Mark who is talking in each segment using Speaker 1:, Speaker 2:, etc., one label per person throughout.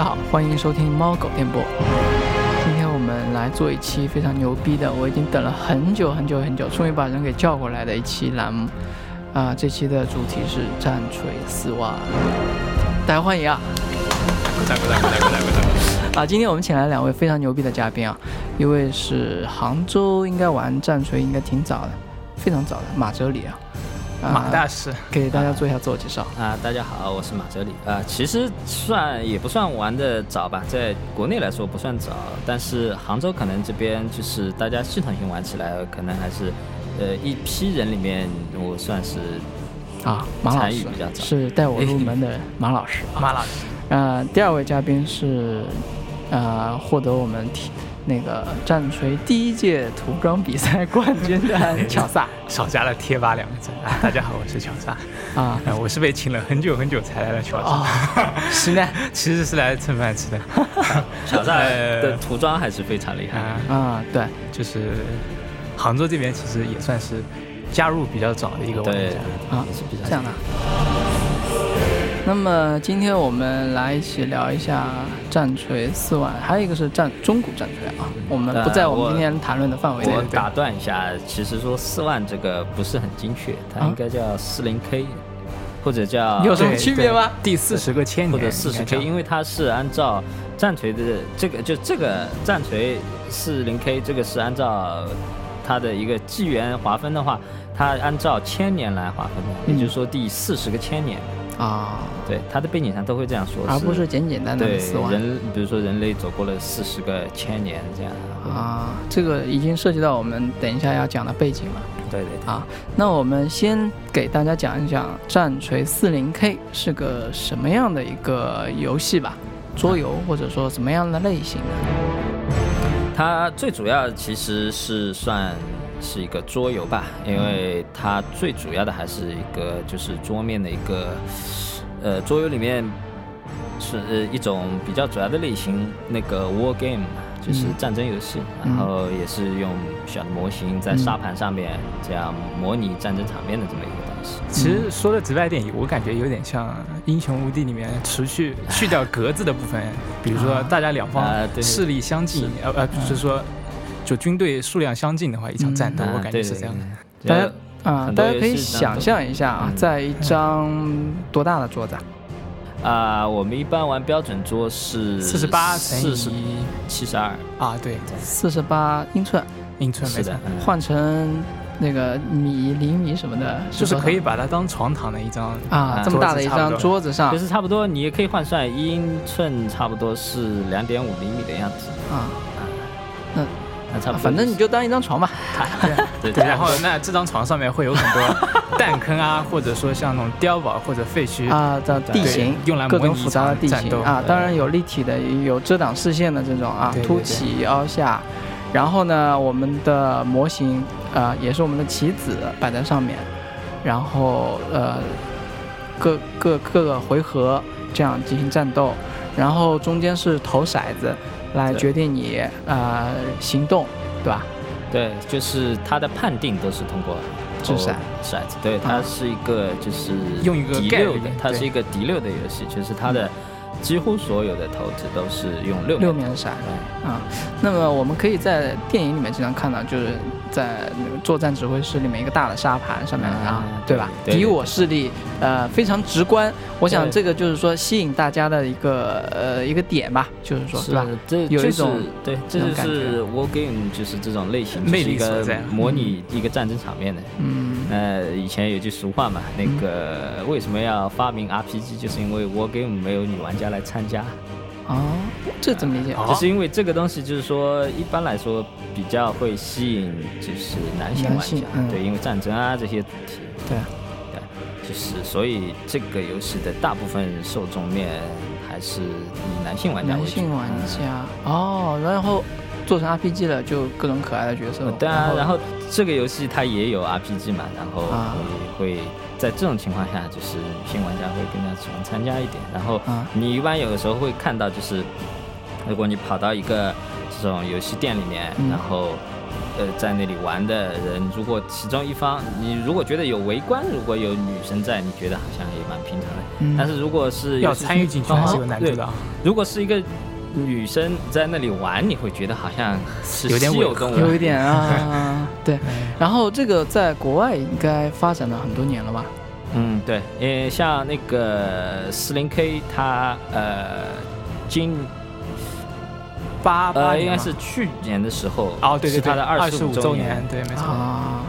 Speaker 1: 啊欢迎收听猫狗电波。今天我们来做一期非常牛逼的，我已经等了很久很久很久，终于把人给叫过来的一期栏目。啊、这期的主题是战锤丝袜，大家欢迎啊！
Speaker 2: 赞过赞过赞过赞过赞过！
Speaker 1: 啊，今天我们请来两位非常牛逼的嘉宾啊，一位是杭州，应该玩战锤应该挺早的，非常早的马哲里啊，
Speaker 3: 呃
Speaker 1: 啊
Speaker 2: 马大师，
Speaker 1: 给大家做一下自我介绍。
Speaker 3: 啊，大家好，我是马哲里。啊，其实算也不算玩的早吧，在国内来说不算早，但是杭州可能这边就是大家系统性玩起来，可能还是，呃，一批人里面我算是
Speaker 1: 啊，马老
Speaker 3: 参与
Speaker 1: 师
Speaker 3: 比较早
Speaker 1: 是带我入门 的马老师啊。
Speaker 2: 马老师，
Speaker 1: 呃，第二位嘉宾是，呃，获得我们体那个战锤第一届涂装比赛冠军的乔 萨
Speaker 2: 少加了贴吧两个字。啊大家好，我是乔萨。
Speaker 1: 啊
Speaker 2: 啊，我是被请了很久很久才来的乔
Speaker 1: 哦
Speaker 2: 萨，，
Speaker 1: 是呢
Speaker 2: 其实是来蹭饭 吃的。
Speaker 3: 小 寨
Speaker 2: 呃
Speaker 3: 的涂装还是非常厉害
Speaker 2: 啊，
Speaker 3: 的。
Speaker 1: 啊，对
Speaker 2: 就是杭州这边其实也算是加入比较早的一个玩
Speaker 3: 对
Speaker 2: 家。，
Speaker 1: 啊
Speaker 3: 也是比较
Speaker 1: 这样的。那么今天我们来一起聊一下战锤四万，还有一个是战中古战锤啊，我们不在我们今天谈论的范围内
Speaker 3: 呃我。打断一下，其实说四万这个不是很精确，它
Speaker 1: 啊
Speaker 3: 应该叫四零 K，或者叫
Speaker 1: 有什么
Speaker 2: 对
Speaker 1: 区别吗？
Speaker 2: 第四十个千年
Speaker 3: 或者四十 K，
Speaker 2: 应该
Speaker 3: 因为它是按照战锤的这个，就这个战锤四零 K，这个是按照它的一个纪元划分的话，它按照千年来划分的，
Speaker 1: 嗯
Speaker 3: 也就是说第四十个千年，
Speaker 1: 啊，
Speaker 3: 对它的背景上都会这样说，
Speaker 1: 而不是简简单单
Speaker 3: 对
Speaker 1: 的四万。
Speaker 3: 人，比如说人类走过了四十个千年这样
Speaker 1: 啊，这个已经涉及到我们等一下要讲的背景了。
Speaker 3: 对对对，
Speaker 1: 啊，那我们先给大家讲一讲战锤 40K 是个什么样的一个游戏吧，桌游或者说什么样的类型的？
Speaker 3: 它最主要其实是算是一个桌游吧，因为它最主要的还是一个就是桌面的一个，呃，桌游里面是呃一种比较主要的类型，那个 war game 就是
Speaker 1: 嗯
Speaker 3: 战争游戏，
Speaker 1: 嗯
Speaker 3: 然后也是用小的模型在
Speaker 1: 嗯
Speaker 3: 沙盘上面这样模拟战争场面的这么一个东西。
Speaker 2: 其实说的直白点，我感觉有点像《英雄无敌》里面除去 去掉格子的部分，比如说大家两方
Speaker 3: 啊对嗯
Speaker 2: 势力相近，呃呃，就是说就军队数量相近的话，一场战斗，
Speaker 3: 啊
Speaker 2: 我感觉
Speaker 3: 对
Speaker 2: 是
Speaker 3: 对
Speaker 2: 这样的。
Speaker 3: 对
Speaker 1: 大家啊、
Speaker 3: 很多
Speaker 1: 大家可以
Speaker 3: 游戏这样
Speaker 1: 想
Speaker 3: 都
Speaker 1: 象一下啊，
Speaker 3: 嗯
Speaker 1: 在一张多大的桌子啊？
Speaker 3: 啊、我们一般玩标准桌是
Speaker 2: 48乘以
Speaker 3: 嗯四十一、七十二，
Speaker 2: 啊，对，
Speaker 1: 四十八英寸，
Speaker 2: 英寸没
Speaker 3: 是
Speaker 2: 错
Speaker 3: 的，，嗯
Speaker 1: 换成那个米、厘米什么的，
Speaker 2: 就是
Speaker 1: 多少
Speaker 2: 可以把它当床躺的一张。
Speaker 1: 啊，这么大的一张
Speaker 2: 桌子差
Speaker 1: 桌子上
Speaker 2: 不多
Speaker 3: 就是差不多，你也可以换算一英寸，差不多是两点五厘米的样子，
Speaker 1: 啊，
Speaker 3: 那差不多就是、
Speaker 1: 反正你就当一张床吧。
Speaker 3: 对，
Speaker 2: 对，
Speaker 3: 差
Speaker 2: 然
Speaker 3: 不多
Speaker 2: 后那这张床上面会有很 多弹坑啊，或者说像那种碉堡或者废墟，
Speaker 1: 啊的
Speaker 3: 对
Speaker 1: 地形，
Speaker 2: 用来
Speaker 1: 各
Speaker 2: 模
Speaker 1: 种
Speaker 2: 拟
Speaker 1: 复杂的地
Speaker 2: 战
Speaker 1: 形
Speaker 2: 斗
Speaker 1: 啊，
Speaker 3: 对
Speaker 1: 当然有立体的，也有遮挡视线的这种啊，
Speaker 2: 对对
Speaker 1: 凸
Speaker 2: 对
Speaker 1: 起、凹下。然后呢，我们的模型呃也是我们的棋子摆在上面，然后呃各各各个回合这样进行战斗，然后中间是投骰子来
Speaker 3: 对
Speaker 1: 决定你呃行动，对吧？
Speaker 3: 对，就是它的判定都是通过
Speaker 1: 掷
Speaker 3: 投
Speaker 1: 骰
Speaker 3: 骰子，对，它是一个就是
Speaker 2: 啊用一个
Speaker 3: D
Speaker 2: 概率
Speaker 3: 六的，它
Speaker 2: 对
Speaker 3: 是一个 D 六的游戏，就是它的几乎所有的投掷都是用六
Speaker 1: 六
Speaker 3: 面
Speaker 1: 面骰
Speaker 3: 投。
Speaker 1: 啊，那么我们可以在电影里面经常看到，就是在那个作战指挥室里面一个大的沙盘上面啊
Speaker 3: 啊，
Speaker 1: 对吧？
Speaker 3: 对对
Speaker 1: 敌我势力，呃，非常直观。我想
Speaker 3: 对
Speaker 1: 这个就是说吸引大家的一个呃一个点吧，就是说，
Speaker 3: 是
Speaker 1: 对吧？？
Speaker 3: 这
Speaker 1: 有一
Speaker 3: 就是
Speaker 1: 种
Speaker 3: 对，这
Speaker 1: 那
Speaker 3: 就
Speaker 1: 种感
Speaker 3: 是 war game，就是这种类型，
Speaker 2: 魅
Speaker 3: 就是
Speaker 2: 力
Speaker 3: 一
Speaker 2: 所
Speaker 3: 个
Speaker 2: 在嗯
Speaker 3: 模拟一个战争场面的。
Speaker 1: 嗯，
Speaker 3: 那以前有句俗话嘛，那个为什么要发明 RPG，就是因为 war game 没有女玩家来参加，
Speaker 1: 哦，这怎么理解？
Speaker 2: 好哦
Speaker 3: 就是因为这个东西，就是说一般来说比较会吸引就是男性玩
Speaker 1: 男
Speaker 3: 家
Speaker 1: 性，嗯
Speaker 3: 对，因为战争啊这些主题，
Speaker 1: 对，
Speaker 3: 对，就是所以这个游戏的大部分受众面还是以男性玩家为
Speaker 1: 男
Speaker 3: 主，嗯
Speaker 1: 性玩家哦，然后做成 RPG 了，就各种可爱的角色
Speaker 3: 呃，。当然，然
Speaker 1: 后
Speaker 3: 后这个游戏它也有 RPG 嘛，然后
Speaker 1: 啊
Speaker 3: 会会在这种情况下，就是女性玩家会更加喜欢参加一点。然后
Speaker 1: 啊
Speaker 3: 你一般有的时候会看到，就是如果你跑到一个这种游戏店里面
Speaker 1: 嗯，
Speaker 3: 然后呃在那里玩的人，如果其中一方你如果觉得有围观，如果有女生在，你觉得好像也蛮平常的。
Speaker 1: 嗯
Speaker 3: 但是如果是哦
Speaker 2: 要参与进去还是有难度的啊。
Speaker 3: 如果是一个女生在那里玩，你会觉得好像是
Speaker 2: 有点
Speaker 3: 稀有动物，
Speaker 1: 有一点啊，对。
Speaker 2: 嗯
Speaker 1: 然后这个在国外应该发展了很多年了吧？
Speaker 3: 嗯，对，呃，像那个四零 K，它呃，今
Speaker 2: 八八
Speaker 3: 呃
Speaker 2: 年
Speaker 3: 应该
Speaker 2: 嘛
Speaker 3: 是去年的时候，
Speaker 2: 哦，对对对，
Speaker 3: 是它的
Speaker 2: 二
Speaker 3: 十
Speaker 2: 五
Speaker 3: 周
Speaker 2: 年，，对，没错。
Speaker 1: 啊，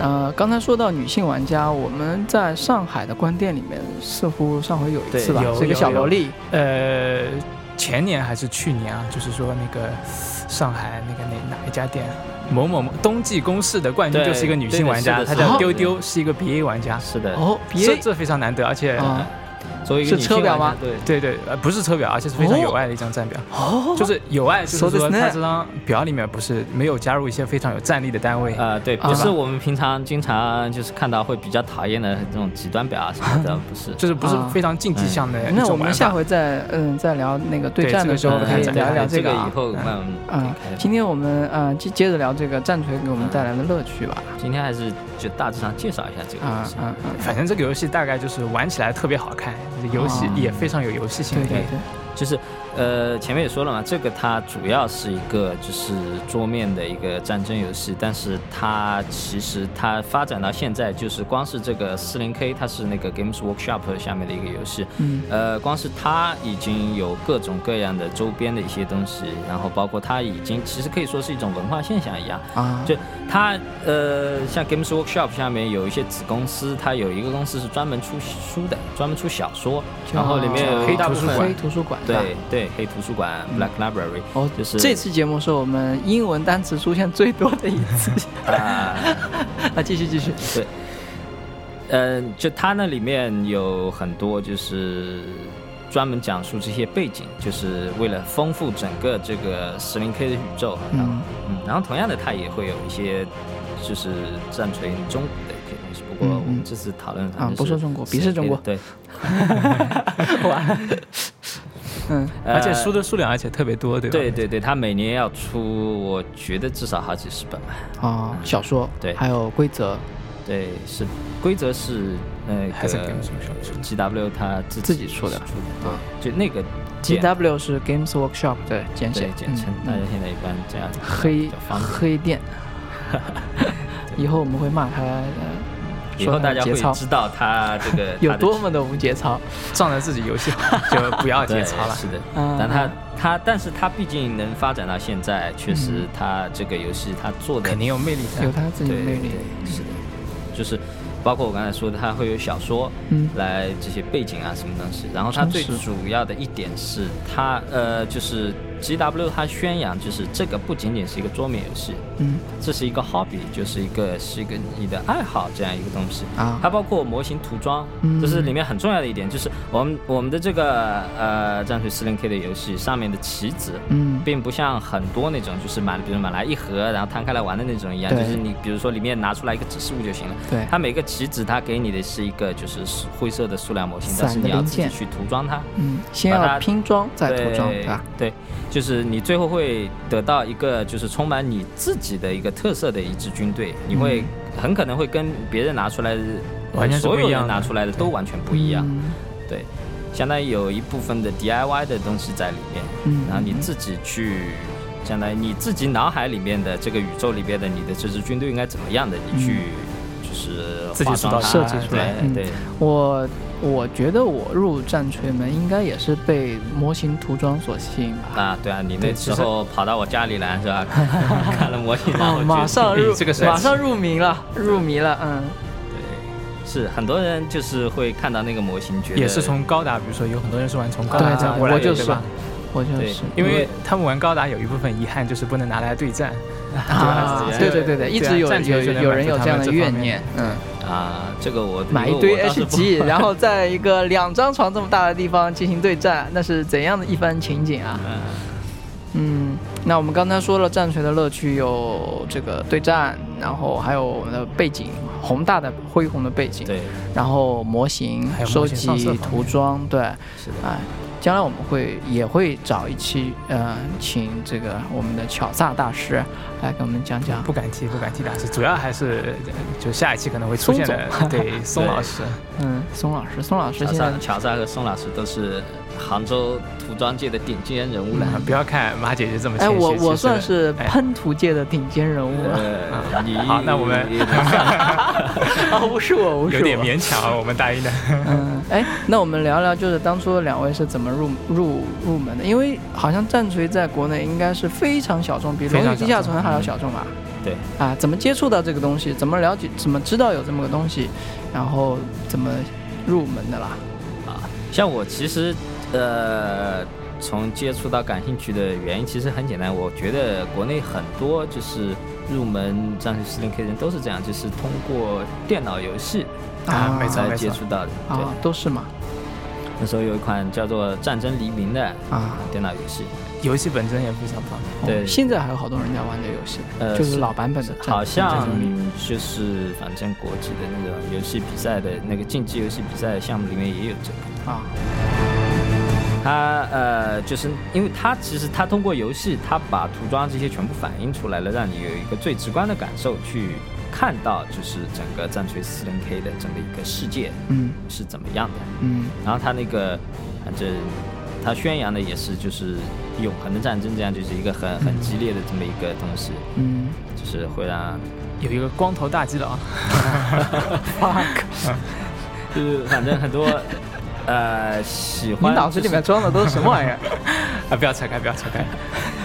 Speaker 1: 呃，刚才说到女性玩家，我们在上海的关店里面，似乎上回有一
Speaker 3: 对
Speaker 1: 次吧，
Speaker 2: 有
Speaker 1: 是一个
Speaker 2: 有
Speaker 1: 小
Speaker 2: 有
Speaker 1: 萝莉，
Speaker 2: 呃，前年还是去年啊，就是说那个上海那个哪哪一家店，某某某冬季公示的冠军
Speaker 3: 对
Speaker 2: 就是一个女性玩家，
Speaker 3: 对的
Speaker 2: 她
Speaker 3: 是
Speaker 1: 的
Speaker 2: 叫
Speaker 1: 是的
Speaker 2: 丢丢，是一个 BA 玩家，
Speaker 3: 是的，
Speaker 1: 哦，
Speaker 2: 这
Speaker 1: 别
Speaker 2: 这非常难得，而且、
Speaker 1: 啊
Speaker 3: 作为一个
Speaker 1: 是
Speaker 3: 女
Speaker 1: 车
Speaker 3: 性
Speaker 1: 表
Speaker 3: 玩家
Speaker 1: 吗
Speaker 3: 对，
Speaker 2: 对对，呃，不是车表，而且是非常有爱的一张站表，
Speaker 1: 哦，
Speaker 2: 就是有爱，就是
Speaker 1: So
Speaker 2: 说
Speaker 1: this
Speaker 2: 它
Speaker 1: net
Speaker 2: 这张表里面不是没有加入一些非常有战力的单位，
Speaker 3: 呃，对，
Speaker 1: 啊
Speaker 3: 不是我们平常经常就是看到会比较讨厌的这种极端表啊 什么的，不是。
Speaker 2: 就是不是
Speaker 1: 啊
Speaker 2: 非常竞技向的一种玩法。
Speaker 1: 那我们下回再嗯再聊那个对
Speaker 2: 对
Speaker 1: 战
Speaker 2: 这
Speaker 1: 的
Speaker 2: 个
Speaker 1: 时候
Speaker 2: 是
Speaker 1: 可以
Speaker 2: 嗯
Speaker 1: 聊一聊
Speaker 3: 这
Speaker 1: 个
Speaker 3: 以
Speaker 1: 啊。
Speaker 3: 后慢
Speaker 1: 嗯
Speaker 3: 慢可以开
Speaker 1: 今天我们呃接接着聊这个战锤给我们带来的乐趣吧。
Speaker 3: 今天还是就大致上介绍一下这个东
Speaker 1: 啊
Speaker 3: 西。
Speaker 1: 啊啊！
Speaker 2: 反正这个游戏大概就是玩起来特别好看，游戏
Speaker 1: 哦
Speaker 2: 也非常有游戏性
Speaker 1: 对。对对，
Speaker 3: 就是呃，前面也说了嘛，这个它主要是一个就是桌面的一个战争游戏，但是它其实它发展到现在，就是光是这个四零 K，它是那个 Games Workshop 下面的一个游戏，
Speaker 1: 嗯
Speaker 3: 呃，光是它已经有各种各样的周边的一些东西，然后包括它已经其实可以说是一种文化现象一样，
Speaker 1: 啊，
Speaker 3: 就它呃，像 Games Workshop 下面有一些子公司，它有一个公司是专门出书的，专门出小说，然后里面有
Speaker 1: 黑
Speaker 3: 一大部
Speaker 2: 图书馆
Speaker 3: 分
Speaker 1: 黑。啊图书馆吧
Speaker 3: 对对，黑图书馆 （Black Library）
Speaker 1: 哦，
Speaker 3: 就是
Speaker 1: 这次节目是我们英文单词出现最多的一次
Speaker 3: 啊，
Speaker 1: 啊！继续继续，
Speaker 3: 对，嗯，就它那里面有很多就是专门讲述这些背景，就是为了丰富整个这个十零 K 的宇宙。然后
Speaker 1: 嗯，
Speaker 3: 嗯，然后同样的，它也会有一些就是战锤中国的一些东西。不
Speaker 1: 嗯
Speaker 3: 过
Speaker 1: 嗯
Speaker 3: 我们这次讨论的
Speaker 1: 啊不说中国鄙视中国
Speaker 3: 对，
Speaker 1: 完 了，嗯，
Speaker 3: 呃
Speaker 2: 而且书的数量而且特别多，对吧？
Speaker 3: 对对对，它每年要出，我觉得至少好几十本吧。
Speaker 1: 啊，小说
Speaker 3: 嗯对
Speaker 1: 还有规则
Speaker 3: 对，是规则是那
Speaker 2: 还是 Games
Speaker 3: 个
Speaker 2: Workshop
Speaker 3: GW 他自
Speaker 1: 自己出的
Speaker 3: 对，就那个
Speaker 1: ，G
Speaker 3: 简
Speaker 1: W 是 Games Workshop 的简
Speaker 3: 对
Speaker 1: 写，
Speaker 3: 简称，
Speaker 1: 嗯
Speaker 3: 大家
Speaker 1: 嗯
Speaker 3: 现在一般这样比
Speaker 1: 黑
Speaker 3: 较方便。
Speaker 1: 黑 店，以后我们会骂他，呃
Speaker 3: 以
Speaker 1: 说
Speaker 3: 后
Speaker 1: 他
Speaker 3: 大
Speaker 1: 有
Speaker 3: 家
Speaker 1: 节操
Speaker 3: 会知道他这 个
Speaker 1: 有
Speaker 3: 它的
Speaker 1: 多么的无节操。
Speaker 2: 仗着自己游戏好就不要
Speaker 3: 对
Speaker 2: 节操了。
Speaker 3: 是的，
Speaker 1: 嗯
Speaker 3: 但他他但是他毕竟能发展到现在，确实他这个游戏他做的
Speaker 2: 肯定有魅力在
Speaker 1: 嗯有。他自己的
Speaker 3: 对
Speaker 1: 魅力。
Speaker 3: 对是的，就是包括我刚才说的，他会有小说，
Speaker 1: 嗯
Speaker 3: 来这些背景啊什么东西。然后它
Speaker 1: 真
Speaker 3: 最
Speaker 1: 是
Speaker 3: 主要的一点是，它呃就是 G W 它宣扬就是这个不仅仅是一个桌面游戏，
Speaker 1: 嗯，
Speaker 3: 这是一个 hobby，就是一个是一个你的爱好这样一个东西
Speaker 1: 啊
Speaker 3: 它包括模型涂装，
Speaker 1: 嗯
Speaker 3: 这是里面很重要的一点，就是我们我们的这个呃战锤四零 K 的游戏上面的棋子，
Speaker 1: 嗯
Speaker 3: 并不像很多那种就是买，比如买来一盒然后摊开来玩的那种一样，
Speaker 1: 对
Speaker 3: 就是你比如说里面拿出来一个指示物就行了。
Speaker 1: 对
Speaker 3: 它每个棋子它给你的是一个就是灰色的塑料模型，但是
Speaker 1: 散的
Speaker 3: 你要
Speaker 1: 零
Speaker 3: 自己
Speaker 1: 件
Speaker 3: 去涂装它。
Speaker 1: 嗯，先
Speaker 3: 把
Speaker 1: 要
Speaker 3: 它
Speaker 1: 拼装再
Speaker 3: 对
Speaker 1: 涂装，对吧？
Speaker 3: 对，就是你最后会得到一个就是充满你自己的一个特色的一支军队，你
Speaker 1: 嗯
Speaker 3: 会很可能会跟别人拿出来的呃
Speaker 2: 完全是不
Speaker 3: 所
Speaker 2: 一样的
Speaker 3: 有人拿出来的都完全不一样。
Speaker 1: 嗯
Speaker 3: 对，相当于有一部分的 DIY 的东西在里面，
Speaker 1: 嗯
Speaker 3: 然后你自己去，相当于你自己脑海里面的这个宇宙里面的你的这支军队应该怎么样的，你去
Speaker 1: 嗯
Speaker 3: 就是
Speaker 2: 自己
Speaker 3: 化
Speaker 2: 主
Speaker 3: 妆
Speaker 2: 导
Speaker 3: 它
Speaker 1: 设计出来嗯
Speaker 3: 对对，
Speaker 1: 我我觉得我入战锤门应该也是被模型涂装所吸引吧。
Speaker 3: 啊对啊，你
Speaker 2: 对
Speaker 3: 那
Speaker 2: 其
Speaker 3: 时
Speaker 2: 实
Speaker 3: 候跑到我家里来 是吧？看了模型，然后
Speaker 1: 哦，
Speaker 3: 就
Speaker 1: 马上 入
Speaker 2: 这个是
Speaker 1: 马上入迷了，入迷了，嗯，
Speaker 3: 对，是很多人就是会看到那个模型，觉得
Speaker 2: 也是从高达，比如说有很多人是玩从高
Speaker 1: 对
Speaker 2: 达
Speaker 1: 对
Speaker 2: 转过来
Speaker 1: 我
Speaker 2: 的，
Speaker 1: 就
Speaker 2: 对
Speaker 1: 是
Speaker 2: 吧？
Speaker 1: 我就
Speaker 3: 对
Speaker 1: 是
Speaker 2: 因为他们玩高达有一部分遗憾就是不能拿来对战，
Speaker 1: 啊，
Speaker 3: 对
Speaker 1: 对对对对，一直有
Speaker 2: 啊战锤
Speaker 1: 有
Speaker 2: 就能
Speaker 1: 有人有
Speaker 2: 满足他们
Speaker 1: 这样的
Speaker 2: 这
Speaker 1: 怨
Speaker 2: 方面
Speaker 1: 念，嗯，
Speaker 3: 啊，这个我
Speaker 1: 买一堆 HG，然后在一个两张床这么大的地方进行对战，那是怎样的一番情景啊？
Speaker 3: 嗯
Speaker 1: 嗯，那我们刚才说了战锤的乐趣有这个对战，然后还有我们的背景，宏大的恢宏的背景，
Speaker 3: 对，
Speaker 1: 然后模型
Speaker 2: 还有
Speaker 1: 收
Speaker 2: 模型上色
Speaker 1: 集
Speaker 2: 方面
Speaker 1: 涂装，对，
Speaker 3: 是的，
Speaker 1: 哎，将来我们会也会找一期，呃，请这个我们的巧萨大师来给我们讲讲
Speaker 2: 不敢提，不敢提大师，主要还是呃就下一期可能会出现的，对，宋老师，
Speaker 1: 嗯，宋老师，宋老师
Speaker 3: 乔
Speaker 1: 现
Speaker 3: 萨
Speaker 1: 在、
Speaker 3: 乔萨和宋老师都是杭州涂装界的顶尖人物了。
Speaker 2: 嗯不要看马姐姐这么谦
Speaker 1: 哎，
Speaker 2: 虚，
Speaker 1: 我
Speaker 2: 其
Speaker 1: 我
Speaker 2: 实
Speaker 1: 算是
Speaker 2: 哎
Speaker 1: 喷涂界的顶尖人物了。
Speaker 3: 呃，你
Speaker 2: 好那我们
Speaker 1: 啊，不是我，不是我。
Speaker 2: 有点勉强，我们大一的，
Speaker 1: 嗯，哎，那我们聊聊，就是当初两位是怎么入入入门的？因为好像战锤在国内应该是非常小众，比《
Speaker 2: 非
Speaker 1: 龙
Speaker 2: 常
Speaker 1: 与地下
Speaker 2: 小众嗯
Speaker 1: 城》还要小众吧？
Speaker 3: 对。
Speaker 1: 啊，怎么接触到这个东西？怎么了解？怎么知道有这么个东西？然后怎么入门的啦？
Speaker 3: 啊，像我其实呃，从接触到感兴趣的原因其实很简单，我觉得国内很多就是入门战士司令 K 人都是这样，就是通过电脑游戏
Speaker 2: 啊没错
Speaker 3: 来接触到的。对，
Speaker 1: 啊，都是嘛
Speaker 3: 那时候有一款叫做《战争黎明》的
Speaker 1: 啊。
Speaker 3: 电脑游戏，
Speaker 2: 游戏本身也非常棒，
Speaker 3: 对
Speaker 1: 哦现在还有好多人在玩这游戏，
Speaker 3: 呃
Speaker 1: 就是老版本的战。
Speaker 3: 好像
Speaker 1: 战争迷
Speaker 3: 就是反正国际的那种游戏比赛的那个竞技游戏比赛项目里面也有这个。
Speaker 1: 啊，
Speaker 3: 它呃，就是因为它其实它通过游戏，它把涂装这些全部反映出来了，让你有一个最直观的感受去看到，就是整个战锤四零 K 的整个一个世界
Speaker 1: 嗯
Speaker 3: 是怎么样的。
Speaker 1: 嗯
Speaker 3: 然后它那个反正它宣扬的也是就是永恒的战争，这样就是一个很很激烈的这么一个东西，
Speaker 1: 嗯
Speaker 3: 就是会让
Speaker 2: 有一个光头大基佬，
Speaker 1: ，fuck，
Speaker 3: 就是反正很多呃喜
Speaker 1: 你
Speaker 3: 欢
Speaker 1: 脑子里面装的都是什么玩意儿？
Speaker 2: 啊，不要扯开，不要扯开，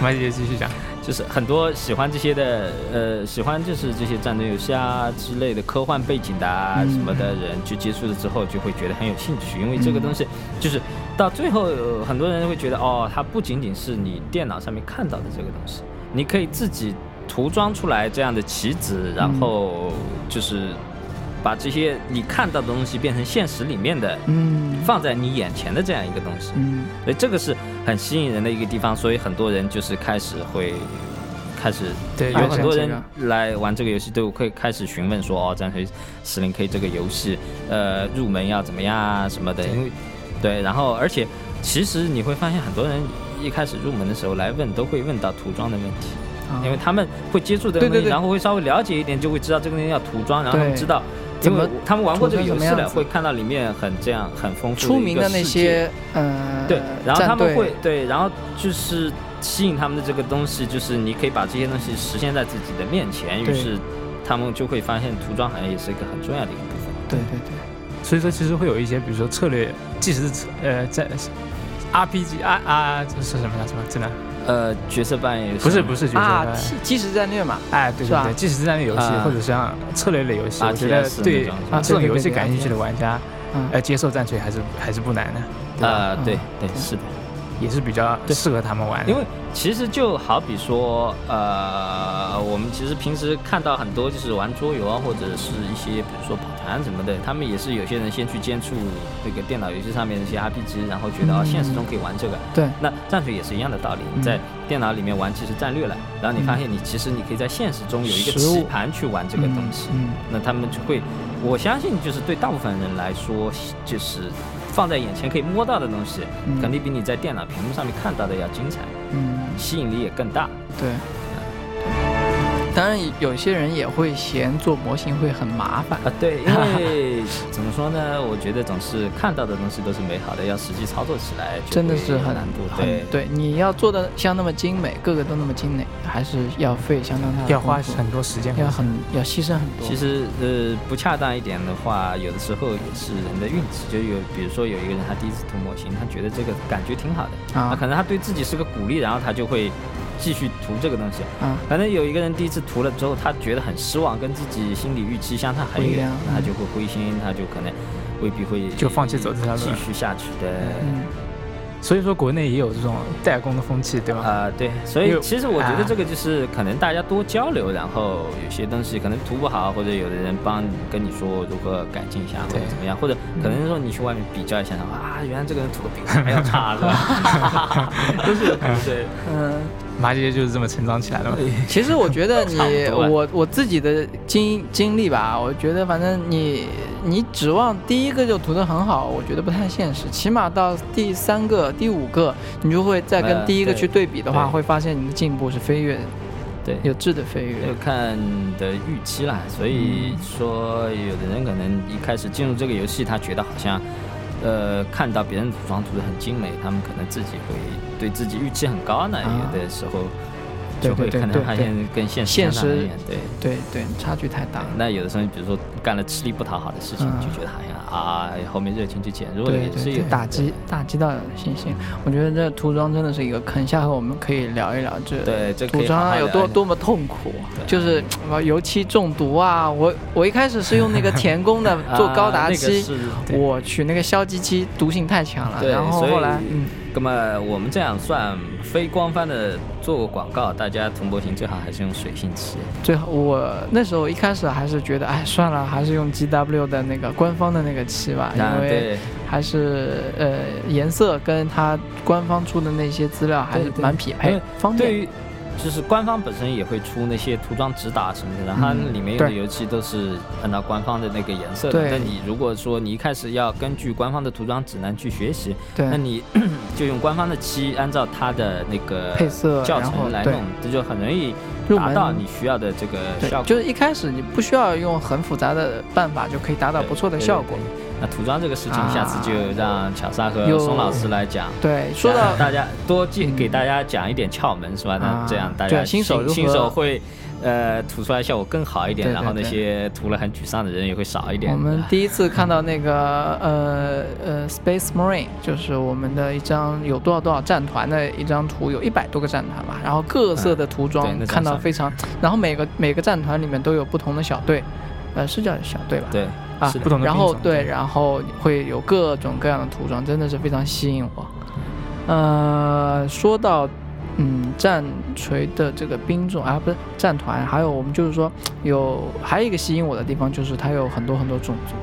Speaker 2: 马姐姐继续讲，
Speaker 3: 就是很多喜欢这些的，呃，喜欢就是这些战争游戏啊之类的科幻背景的啊
Speaker 1: 嗯
Speaker 3: 什么的人，就接触了之后就会觉得很有兴趣，因为这个
Speaker 1: 嗯
Speaker 3: 东西就是到最后，呃很多人会觉得哦，它不仅仅是你电脑上面看到的这个东西，你可以自己涂装出来这样的棋子，然后就是把这些你看到的东西变成现实里面的，
Speaker 1: 嗯
Speaker 3: 放在你眼前的这样一个东西。
Speaker 1: 嗯
Speaker 3: 所以这个是很吸引人的一个地方，所以很多人就是开始会开始，
Speaker 2: 对
Speaker 3: 有
Speaker 2: 有
Speaker 3: 很多
Speaker 1: 这个
Speaker 3: 人来玩这个游戏都会开始询问说，哦，战锤十零 K 这个游戏，呃，入门要怎么样啊什么的，
Speaker 2: 对
Speaker 3: 因为对，然后而且其实你会发现很多人一开始入门的时候来问都会问到涂装的问题。
Speaker 1: 啊
Speaker 3: 因为他们会接触这个
Speaker 1: 对
Speaker 3: 东
Speaker 1: 对
Speaker 3: 西，
Speaker 1: 对
Speaker 3: 然后会稍微了解一点，就会知道这个东西要涂装，然后他们
Speaker 1: 对
Speaker 3: 知道，
Speaker 1: 怎
Speaker 3: 因
Speaker 1: 么
Speaker 3: 为他们玩过这个
Speaker 1: 涂
Speaker 3: 游
Speaker 1: 成
Speaker 3: 戏
Speaker 1: 什么
Speaker 3: 了，
Speaker 1: 样子
Speaker 3: 会看到里面很这样很丰富
Speaker 1: 出名
Speaker 3: 一个
Speaker 1: 的那
Speaker 3: 世界
Speaker 1: 些呃，
Speaker 3: 对，然后他
Speaker 1: 战
Speaker 3: 们
Speaker 1: 队
Speaker 3: 会对，然后就是吸引他们的这个东西，就是你可以把这些东西实现在自己的面前，于
Speaker 1: 对
Speaker 3: 是他们就会发现涂装好像也是一个很重要的一个部分。
Speaker 1: 对对对，
Speaker 2: 所以说其实会有一些，比如说策略，即使是呃在 RPG 啊啊，这是什么来什么真的
Speaker 3: 呃，角色扮演游戏
Speaker 2: 不是不是角色
Speaker 1: 啊，
Speaker 2: 扮演
Speaker 1: 即即时战略嘛，
Speaker 2: 哎，对
Speaker 1: 是
Speaker 2: 对
Speaker 1: 吧啊
Speaker 2: 对，即时战略游戏
Speaker 3: 啊
Speaker 2: 或者像策略类游戏，我觉得
Speaker 3: RTS 那
Speaker 2: 对
Speaker 3: 种
Speaker 2: 啊这种
Speaker 1: 对对
Speaker 2: 游戏
Speaker 1: 对
Speaker 2: 感兴趣的
Speaker 1: RTS
Speaker 2: 玩家，
Speaker 1: 嗯，
Speaker 3: 哎
Speaker 2: 呃，接受战锤还是还是不难的，对吧
Speaker 3: 呃，对
Speaker 1: 嗯
Speaker 3: 对是的，
Speaker 2: 也是比较
Speaker 3: 对
Speaker 2: 适合他们玩的，
Speaker 3: 因为其实就好比说，呃，我们其实平时看到很多就是玩桌游啊，或者是一些比如说跑团什么的，他们也是有些人先去接触那个电脑游戏上面的一些 RPG，然后觉得啊、
Speaker 1: 嗯
Speaker 3: 现实中可以玩这个，
Speaker 1: 对，
Speaker 3: 那战锤也是一样的道理，
Speaker 1: 嗯
Speaker 3: 你在电脑里面玩即时战略了，然后你发现你其实你可以在现实中有一个
Speaker 1: 实物
Speaker 3: 棋盘去玩这个东西，
Speaker 1: 嗯，
Speaker 3: 那他们就会，我相信就是对大部分人来说，就是放在眼前可以摸到的东西，
Speaker 1: 嗯
Speaker 3: 肯定比你在电脑屏幕上面看到的要精彩，
Speaker 1: 嗯嗯，
Speaker 3: 吸引力也更大。
Speaker 1: 对。当然，有些人也会嫌做模型会很麻烦。
Speaker 3: 啊，对，因为 怎么说呢？我觉得总是看到的东西都是美好的，要实际操作起来就
Speaker 1: 真的
Speaker 3: 会
Speaker 1: 是
Speaker 3: 有
Speaker 1: 很
Speaker 3: 难度。对
Speaker 1: 很，对，你要做的像那么精美，个个都那么精美，还是要费相当大的
Speaker 2: 要花
Speaker 1: 功夫
Speaker 2: 很多时间，
Speaker 1: 嗯要很要牺牲很多。
Speaker 3: 其实呃，不恰当一点的话，有的时候也是人的运气。就有比如说有一个人，他第一次涂模型，他觉得这个感觉挺好的，
Speaker 1: 啊
Speaker 3: 可能他对自己是个鼓励，然后他就会继续涂这个东西。
Speaker 1: 啊，
Speaker 3: 反正有一个人第一次涂了之后，他觉得很失望，跟自己心理预期相差很
Speaker 1: 不一
Speaker 3: 远
Speaker 1: 样，
Speaker 3: 那他就会灰心，他就可能未必会
Speaker 2: 嗯就放弃走这条路
Speaker 3: 继
Speaker 2: 了
Speaker 3: 续下去的。
Speaker 1: 嗯，
Speaker 2: 所以说国内也有这种代工的风气，对吧？
Speaker 3: 啊、对，所
Speaker 2: 因
Speaker 3: 以
Speaker 2: 为
Speaker 3: 其实我觉得
Speaker 2: 啊
Speaker 3: 这个就是可能大家多交流，然后有些东西可能涂不好，或者有的人帮你跟你说如何改进一下，或者
Speaker 2: 对
Speaker 3: 怎么样，或者可能说你去外面比较一 下， 然后啊，原来这个人涂的比我还要差，是吧？都是有可能对，
Speaker 1: 嗯，
Speaker 2: 麻姐就是这么成长起来的嘛。
Speaker 1: 其实我觉得你
Speaker 3: 差不多吧
Speaker 1: 我我自己的经经历吧，我觉得反正你你指望第一个就涂得很好，我觉得不太现实。起码到第三个、第五个，你就会再跟
Speaker 3: 呃
Speaker 1: 第一个
Speaker 3: 对
Speaker 1: 去对比的话，
Speaker 3: 对
Speaker 1: 会发现你的进步是飞跃
Speaker 3: 对，
Speaker 1: 有质的飞跃
Speaker 3: 要。看你的预期啦。所以说，有的人可能一开始进入这个游戏，他觉得好像，呃，看到别人涂装涂的很精美，他们可能自己会对自己预期很高呢。
Speaker 1: 啊
Speaker 3: 有的时候
Speaker 1: 对
Speaker 3: 就会
Speaker 1: 对对
Speaker 3: 可
Speaker 1: 对
Speaker 3: 能发
Speaker 1: 对
Speaker 3: 现跟现实
Speaker 1: 现
Speaker 3: 相差很
Speaker 1: 实
Speaker 3: 远对。
Speaker 1: 对对，差距太大
Speaker 3: 对
Speaker 1: 了。
Speaker 3: 那有的时候，比如说干了吃力不讨好的事情，
Speaker 1: 嗯
Speaker 3: 就觉得好像啊，后面热情就减弱了，
Speaker 1: 对
Speaker 3: 也是
Speaker 1: 对
Speaker 3: 有
Speaker 1: 对，打击打击到信心。我觉得这涂装真的是一个坑，下回我们可以聊一聊这
Speaker 3: 对这可
Speaker 1: 涂
Speaker 3: 以好好
Speaker 1: 装有
Speaker 3: 聊
Speaker 1: 多
Speaker 3: 一下
Speaker 1: 多么痛苦啊，
Speaker 3: 对
Speaker 1: 就是呃油漆中毒啊！我我一开始是用那个田工 的做高达漆，
Speaker 3: 啊那个是
Speaker 2: 对
Speaker 1: 我去那个硝基漆毒性太强了，
Speaker 3: 对
Speaker 1: 啊然后
Speaker 3: 所以
Speaker 1: 后来嗯
Speaker 3: 那么我们这样算非官方的做过广告，大家铜箔型最好还是用水性漆。
Speaker 1: 最后我那时候一开始还是觉得哎算了，还是用 GW 的那个官方的那个漆吧，
Speaker 3: 啊
Speaker 1: 因为
Speaker 3: 对
Speaker 1: 还是呃颜色跟它官方出的那些资料还是
Speaker 3: 对对
Speaker 1: 蛮匹配
Speaker 3: 对，
Speaker 1: 哎方便
Speaker 3: 对。于就是官方本身也会出那些涂装指导什么的，然后
Speaker 1: 嗯
Speaker 3: 它里面用的
Speaker 1: 对
Speaker 3: 油漆都是按照官方的那个颜色的
Speaker 1: 对。
Speaker 3: 那你如果说你一开始要根据官方的涂装指南去学习，
Speaker 1: 对，
Speaker 3: 那你 就用官方的漆，按照它的那个
Speaker 1: 配色
Speaker 3: 教
Speaker 1: 然后
Speaker 3: 程来
Speaker 1: 对
Speaker 3: 弄，这就很容易
Speaker 1: 入
Speaker 3: 达
Speaker 1: 门
Speaker 3: 到你需要的这个效
Speaker 1: 对，
Speaker 3: 果
Speaker 1: 就。是一开始你不需要用很复杂的办法就可以达到不错的效果
Speaker 3: 对。。对对那涂装这个事情，下次就让巧莎和
Speaker 1: 啊有
Speaker 3: 宋老师来讲。
Speaker 1: 对，说到
Speaker 3: 大家多介
Speaker 1: 嗯
Speaker 3: 给大家讲一点窍门是吧？
Speaker 1: 啊
Speaker 3: 那这样大
Speaker 1: 对
Speaker 3: 家
Speaker 1: 新手如何
Speaker 3: 新手会，呃，涂出来效果更好一点，
Speaker 1: 对对
Speaker 3: 然后那
Speaker 1: 对
Speaker 3: 些涂了很沮丧的人也会少一点。
Speaker 1: 我们
Speaker 3: 对吧
Speaker 1: 第一次看到那个呃呃 Space Marine，就是我们的一张有多少多少战团的一张图，有一百多个战团吧，然后各色的涂
Speaker 3: 嗯对
Speaker 1: 装
Speaker 3: 那张
Speaker 1: 看到
Speaker 3: 上
Speaker 1: 非常，然后每个每个战团里面都有不同的小队，呃是叫小队吧？
Speaker 3: 对
Speaker 1: 啊
Speaker 3: 是的
Speaker 2: 不同的
Speaker 1: 然后
Speaker 2: 兵种
Speaker 1: 对，然后会有各种各样的涂装，真的是非常吸引我。呃，说到嗯战锤的这个兵种啊，不是战团，还有我们就是说有还有一个吸引我的地方就是它有很多很多种族，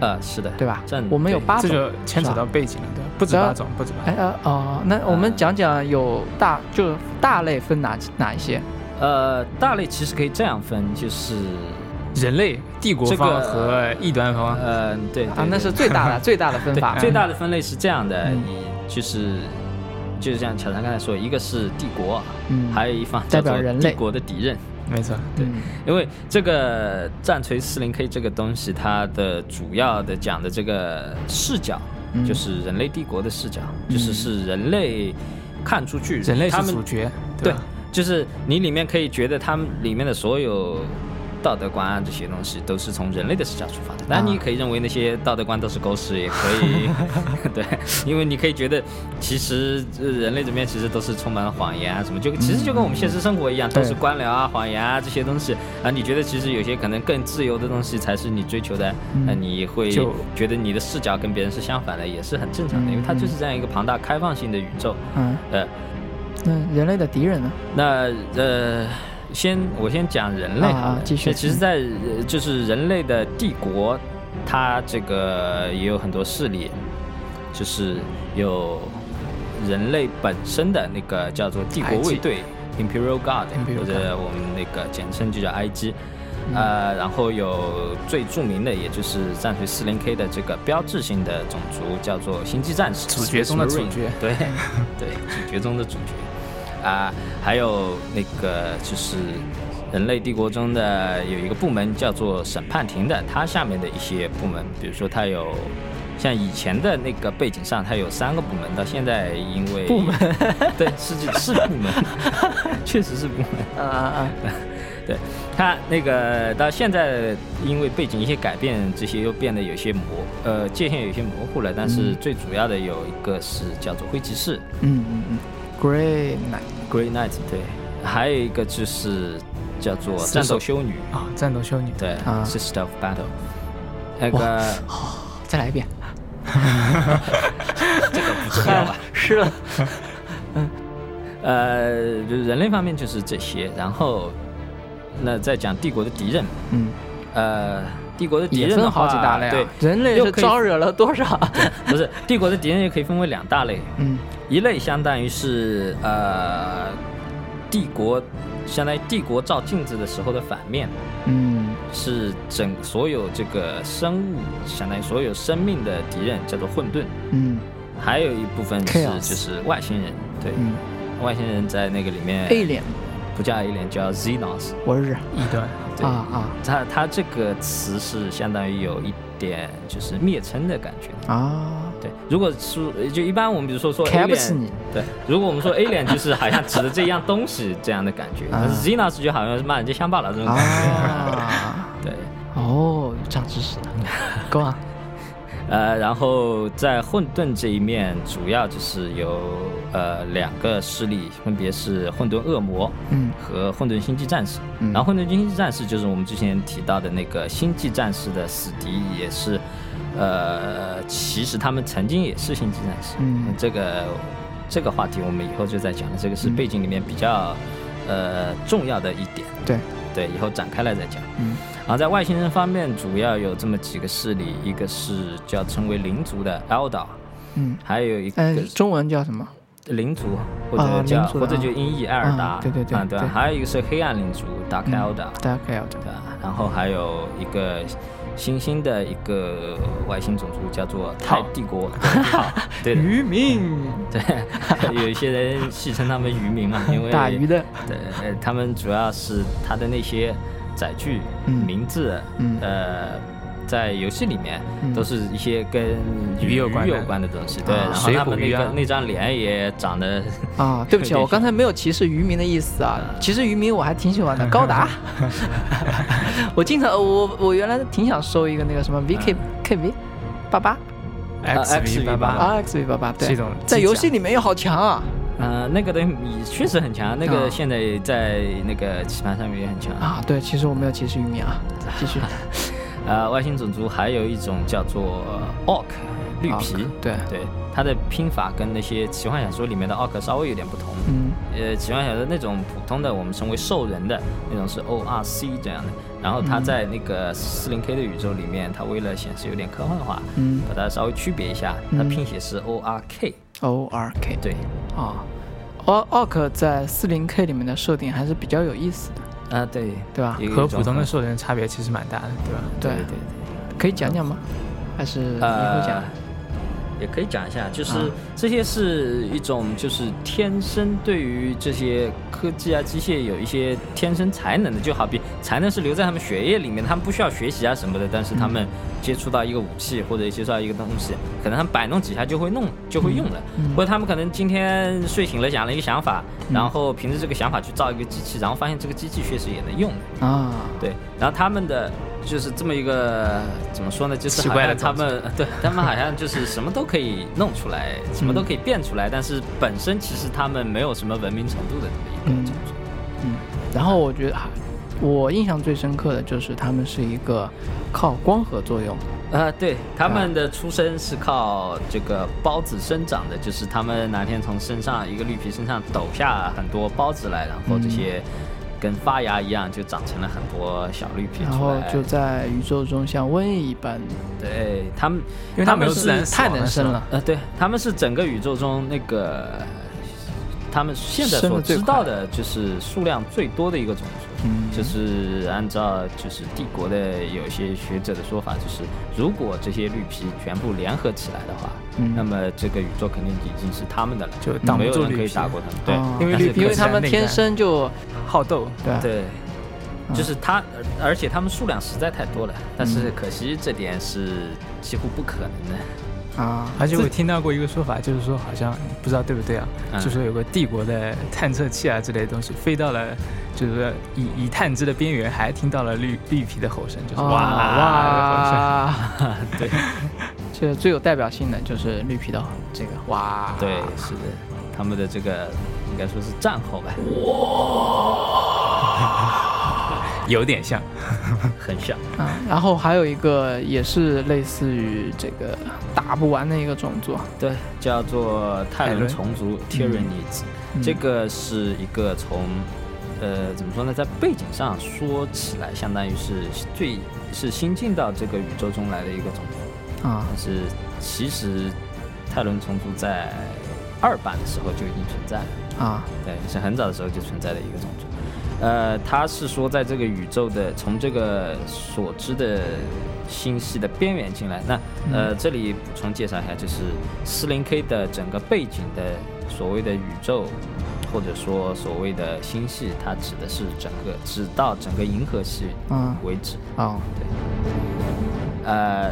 Speaker 3: 呃，是的，
Speaker 1: 对吧
Speaker 3: 战？
Speaker 1: 我们有
Speaker 3: 对
Speaker 1: 八
Speaker 2: 这
Speaker 1: 种。
Speaker 2: 就牵扯到背景了，对，不止
Speaker 1: 然后
Speaker 2: 八种，不止
Speaker 1: 啊
Speaker 2: 八
Speaker 1: 哎
Speaker 2: 种。
Speaker 1: 呃哦，那我们讲讲有大就是大类分哪哪一些？
Speaker 3: 呃，大类其实可以这样分，就是，
Speaker 2: 人类、帝国
Speaker 3: 这个
Speaker 2: 方和异端方，
Speaker 3: 呃，对
Speaker 1: 啊，那是
Speaker 3: 对
Speaker 1: 最大 的最大的分
Speaker 3: 对
Speaker 1: 法。
Speaker 3: 最大的分类是这样的，
Speaker 1: 嗯
Speaker 3: 以就是就是像巧莎刚才说，一个是帝国，
Speaker 1: 嗯，
Speaker 3: 还有一方
Speaker 1: 代
Speaker 3: 叫做
Speaker 1: 表人类
Speaker 3: 帝国的敌人。
Speaker 2: 没错。
Speaker 1: 对
Speaker 3: 因为这个战锤四零 K 这个东西，它的主要的讲的这个视角，
Speaker 1: 嗯
Speaker 3: 就是人类帝国的视角，
Speaker 1: 嗯
Speaker 3: 就是是人类看出去，
Speaker 2: 人类
Speaker 3: 他
Speaker 2: 是
Speaker 3: 们
Speaker 2: 主角，
Speaker 3: 对
Speaker 2: 吧？，
Speaker 3: 就是你里面可以觉得他们里面的所有道德观啊这些东西都是从人类的视角出发的。那你可以认为那些道德观都是狗屎，也可以，对，因为你可以觉得其实呃人类这边其实都是充满了谎言啊什么，就其实就跟我们现实生活一样，都是
Speaker 1: 对
Speaker 3: 官僚啊、谎言啊这些东西啊。你觉得其实有些可能更自由的东西才是你追求的，
Speaker 1: 嗯
Speaker 3: 那你会
Speaker 2: 就
Speaker 3: 觉得你的视角跟别人是相反的，也是很正常的，因为它就是这样一个庞大开放性的宇宙，
Speaker 1: 嗯，
Speaker 3: 呃。
Speaker 1: 那人类的敌人呢？
Speaker 3: 那呃，先我先讲人类好了。
Speaker 1: 啊继续
Speaker 3: 那其实在，呃就是人类的帝国，它这个也有很多势力，就是有人类本身的那个叫做帝国卫队 （Imperial Guard），
Speaker 2: Imperial
Speaker 3: 或者我们那个简称就叫 IG。呃，
Speaker 1: 嗯
Speaker 3: 然后有最著名的，也就是战锤四零 K 的这个标志性的种族，叫做星际战士，
Speaker 2: 主角中的主
Speaker 3: Space Marine
Speaker 2: 角
Speaker 3: 对对，主角中的主角啊，还有那个就是人类帝国中的有一个部门叫做审判庭的，它下面的一些部门，比如说它有。像以前的那个背景上，它有三个部门，到现在因为部门，对，是是部门， 确实是部门。
Speaker 1: 啊
Speaker 3: 呃
Speaker 1: 啊
Speaker 3: 对它那个到现在，因为背景一些改变，这些又变得有些模，呃，界限有些模糊了。但是最主要的有一个是叫做灰骑士
Speaker 1: 嗯嗯嗯，Grey Knight。
Speaker 3: （Grey Knight），对，还有一个就是叫做战斗修女，
Speaker 2: 啊，战斗修女，
Speaker 3: 对、
Speaker 1: 啊
Speaker 3: s i s t e r of Battle）。那个
Speaker 1: 再来一遍。
Speaker 3: 这个不重要吧？
Speaker 1: 是了，
Speaker 3: 呃，就是人类方面就是这些，然后那再讲帝国的敌人，
Speaker 1: 嗯，
Speaker 3: 呃，帝国的敌
Speaker 1: 也
Speaker 3: 人的
Speaker 1: 分好几
Speaker 3: 话
Speaker 1: 大类啊。
Speaker 3: 对，
Speaker 1: 人类是
Speaker 3: 又可以
Speaker 1: 招惹了多 少？
Speaker 3: 不是帝国的敌人也可以分为两大类，
Speaker 1: 嗯
Speaker 3: 一类相当于是呃帝国，相当于帝国照镜子的时候的反面，
Speaker 1: 嗯
Speaker 3: 是整所有这个生物，相当于所有生命的敌人叫做混沌，
Speaker 1: 嗯
Speaker 3: 还有一部分是
Speaker 1: Chaos
Speaker 3: 就是外星人，对，
Speaker 1: 嗯
Speaker 3: 外星人在那个里面
Speaker 1: ，A 脸，
Speaker 3: 不叫 A 脸叫 Xenos，
Speaker 1: 我日
Speaker 2: 异端，
Speaker 3: 对，
Speaker 1: 啊啊
Speaker 3: 它它这个词是相当于有一点就是蔑称的感觉。
Speaker 1: 啊，
Speaker 3: 对，如果是就一般我们比如说说 A
Speaker 1: 看不起
Speaker 3: 脸，
Speaker 1: 你，
Speaker 3: 对，如果我们说 A 脸就是好像指的这样东西这样的感觉，但是 Xenos 就好像是骂人家乡巴佬这种感觉。
Speaker 1: 啊，
Speaker 3: 对，
Speaker 1: 哦，长知识了， 够啊，
Speaker 3: 呃，然后在混沌这一面，主要就是由呃两个势力，分别是混沌恶魔
Speaker 1: 嗯
Speaker 3: 和混沌星际战士。
Speaker 1: 嗯
Speaker 3: 然后混沌星际战士就是我们之前提到的那个星际战士的死敌，也是呃，其实他们曾经也是星际战士。
Speaker 1: 嗯
Speaker 3: 这个这个话题我们以后就再讲了，这个是背景里面比较、呃重要的一点。
Speaker 1: 对，
Speaker 3: 对，以后展开来再讲。
Speaker 1: 嗯
Speaker 3: 然后在外星人方面，主要有这么几个势力，一个是叫称为灵族的 Eldar，
Speaker 1: 嗯，
Speaker 3: 还有一个
Speaker 1: 嗯，中文叫什么？
Speaker 3: 灵族，或
Speaker 1: 啊
Speaker 3: 者叫、
Speaker 1: 灵族的
Speaker 3: 或者就音译艾尔达，
Speaker 1: 啊对对对
Speaker 3: 啊对吧
Speaker 1: 对嗯
Speaker 3: 还有一个是黑暗灵族 Dark Eldar，、
Speaker 1: 大家可以要讲
Speaker 3: 对吧？然后还有一个新兴的一个外星种族叫做泰帝国，对的，
Speaker 1: 渔民，
Speaker 3: 对，有一些人戏称他们渔民嘛，因 为
Speaker 1: 打鱼的，
Speaker 3: 对，呃他们主要是他的那些载具、
Speaker 1: 嗯
Speaker 3: 名字，
Speaker 1: 嗯
Speaker 3: 呃，在游戏里面
Speaker 1: 嗯
Speaker 3: 都是一些跟
Speaker 2: 鱼有关的
Speaker 3: 有关的东西。对，
Speaker 1: 啊
Speaker 3: 然后
Speaker 2: 水
Speaker 3: 他
Speaker 2: 浒
Speaker 3: 们那
Speaker 2: 鱼
Speaker 3: 个
Speaker 2: 啊
Speaker 3: 那张脸也长得，
Speaker 1: 啊，对不起，
Speaker 3: 有点
Speaker 1: 我刚才没有歧视渔民的意思啊，歧视渔民我还挺喜欢的，高达。 我经常，呃我我原来挺想收一个那个什么 VK KV 八八
Speaker 3: 啊 XV
Speaker 2: 八
Speaker 3: 吧
Speaker 2: 八
Speaker 1: RXV 八八，
Speaker 2: 是一
Speaker 1: 对
Speaker 2: 种，
Speaker 1: 在
Speaker 2: 机甲
Speaker 1: 游戏里面又好强啊
Speaker 3: 呃，那个东西确实很强，那
Speaker 1: 啊
Speaker 3: 个现在在那个棋盘上面也很强。
Speaker 1: 啊！对，其实我没有歧视渔民啊，继续。
Speaker 3: 呃，外星种族还有一种叫做呃 Orc 绿皮
Speaker 1: Orc，，对
Speaker 3: 对，它的拼法跟那些奇幻小说里面的 Orc 稍微有点不同。
Speaker 1: 嗯
Speaker 3: 呃，奇幻小说那种普通的，我们称为兽人的那种是 O R C 这样的。然后它在那个四零 K 的宇宙里面，它为了显示有点科幻化，
Speaker 1: 嗯
Speaker 3: 把它稍微区别一下，它
Speaker 1: 嗯
Speaker 3: 拼写是 O R K。
Speaker 1: ，O R K
Speaker 3: 对，
Speaker 1: 啊，O O K 在四零 K 里面的设定还是比较有意思的，
Speaker 3: 啊对，
Speaker 1: 对吧？
Speaker 3: 有一
Speaker 2: 和
Speaker 3: 种
Speaker 2: 普通的
Speaker 3: 很
Speaker 2: 兽人差别其实蛮大的，对吧？
Speaker 1: 对
Speaker 3: 对对，对，
Speaker 1: 可以讲讲吗？还是以后讲
Speaker 3: 呃？，也可以讲一下，就是
Speaker 1: 啊
Speaker 3: 这些是一种就是天生对于这些科技啊、机械有一些天生才能的，就好比才能是留在他们血液里面，他们不需要学习啊什么的，但是他们接触到一个武器或者接触到一个东西，可能他们摆弄几下就会弄就会用了，
Speaker 1: 嗯
Speaker 3: 或者他们可能今天睡醒了想了一个想法，
Speaker 1: 嗯
Speaker 3: 然后凭着这个想法去造一个机器，然后发现这个机器确实也能用，
Speaker 1: 啊，
Speaker 3: 对，然后他们的就是这么一个怎么说呢，就是
Speaker 2: 奇
Speaker 3: 好
Speaker 2: 怪
Speaker 3: 像
Speaker 2: 的
Speaker 3: 他们 对他们好像就是什么都可以弄出来，什么都可以变出来，但是本身其实他们没有什么文明程度的这么一
Speaker 1: 嗯
Speaker 3: 个种族。
Speaker 1: 嗯，然后我觉得还，我印象最深刻的就是他们是一个靠光合作用，
Speaker 3: 啊，对，他们的出身是靠这个孢子生长的，就是他们哪天从身上一个绿皮身上抖下很多孢子来，然后这些跟发芽一样就长成了很多小绿皮
Speaker 1: 然
Speaker 3: 出
Speaker 1: 后
Speaker 3: 来。
Speaker 1: 就在宇宙中像瘟疫一般，
Speaker 3: 对他们，
Speaker 2: 因为他
Speaker 3: 他
Speaker 2: 没
Speaker 3: 们
Speaker 2: 有
Speaker 3: 是
Speaker 2: 自然死
Speaker 1: 太
Speaker 2: 亡
Speaker 1: 能
Speaker 2: 的
Speaker 1: 生
Speaker 2: 时候
Speaker 1: 了，
Speaker 3: 呃，对，他们是整个宇宙中那个他们现在
Speaker 1: 生
Speaker 3: 所
Speaker 1: 得最
Speaker 3: 知道
Speaker 1: 快
Speaker 3: 的，就是数量最多的一个种族。
Speaker 1: 嗯
Speaker 3: 就是按照就是帝国的有些学者的说法，就是如果这些绿皮全部联合起来的话，
Speaker 1: 嗯
Speaker 3: 那么这个宇宙肯定已经是他们的了，
Speaker 2: 就挡
Speaker 3: 没
Speaker 2: 不
Speaker 3: 有
Speaker 2: 住
Speaker 3: 人可
Speaker 2: 绿
Speaker 3: 以
Speaker 2: 皮
Speaker 3: 打过他们。对，
Speaker 1: 哦
Speaker 2: 因为
Speaker 3: 但是
Speaker 2: 绿皮
Speaker 1: 因为
Speaker 3: 可
Speaker 1: 他们
Speaker 2: 内
Speaker 1: 天
Speaker 2: 战
Speaker 1: 生就
Speaker 2: 好斗，
Speaker 1: 对吧
Speaker 3: 对，
Speaker 1: 嗯
Speaker 3: 就是他，而而且他们数量实在太多了，但
Speaker 2: 嗯
Speaker 3: 是可惜这点是几乎不可能的。
Speaker 1: 啊，
Speaker 2: 而且我听到过一个说法，就是说好像不知道对不对啊，
Speaker 3: 嗯
Speaker 2: 就是说有个帝国的探测器啊之类的东西飞到了，就是说已已探知的边缘，还听到了绿绿皮的吼声，就是
Speaker 1: 啊
Speaker 2: 哇哇，
Speaker 1: 哇，对，这最有代表性的就是绿皮的这个哇，
Speaker 3: 对，是的，他们的这个应该说是战吼吧，
Speaker 2: 有点像，
Speaker 3: 很像。
Speaker 1: 啊，然后还有一个也是类似于这个打不完的一个种族，
Speaker 3: 对，叫做泰伦虫族 Tyranids，、
Speaker 1: 嗯
Speaker 3: 这个是一个从，呃，怎么说呢，在背景上说起来，相当于是最是新进到这个宇宙中来的一个种族，
Speaker 1: 啊
Speaker 3: 但是其实泰伦虫族在二版的时候就已经存在了。
Speaker 1: 啊，
Speaker 3: 对，是很早的时候就存在的一个种族。呃，他是说在这个宇宙的从这个所知的星系的边缘进来。那呃，这里补充介绍一下，就是四零 K 的整个背景的所谓的宇宙，或者说所谓的星系，它指的是整个直到整个银河系
Speaker 1: 嗯
Speaker 3: 为止。
Speaker 1: 哦，
Speaker 3: 呃，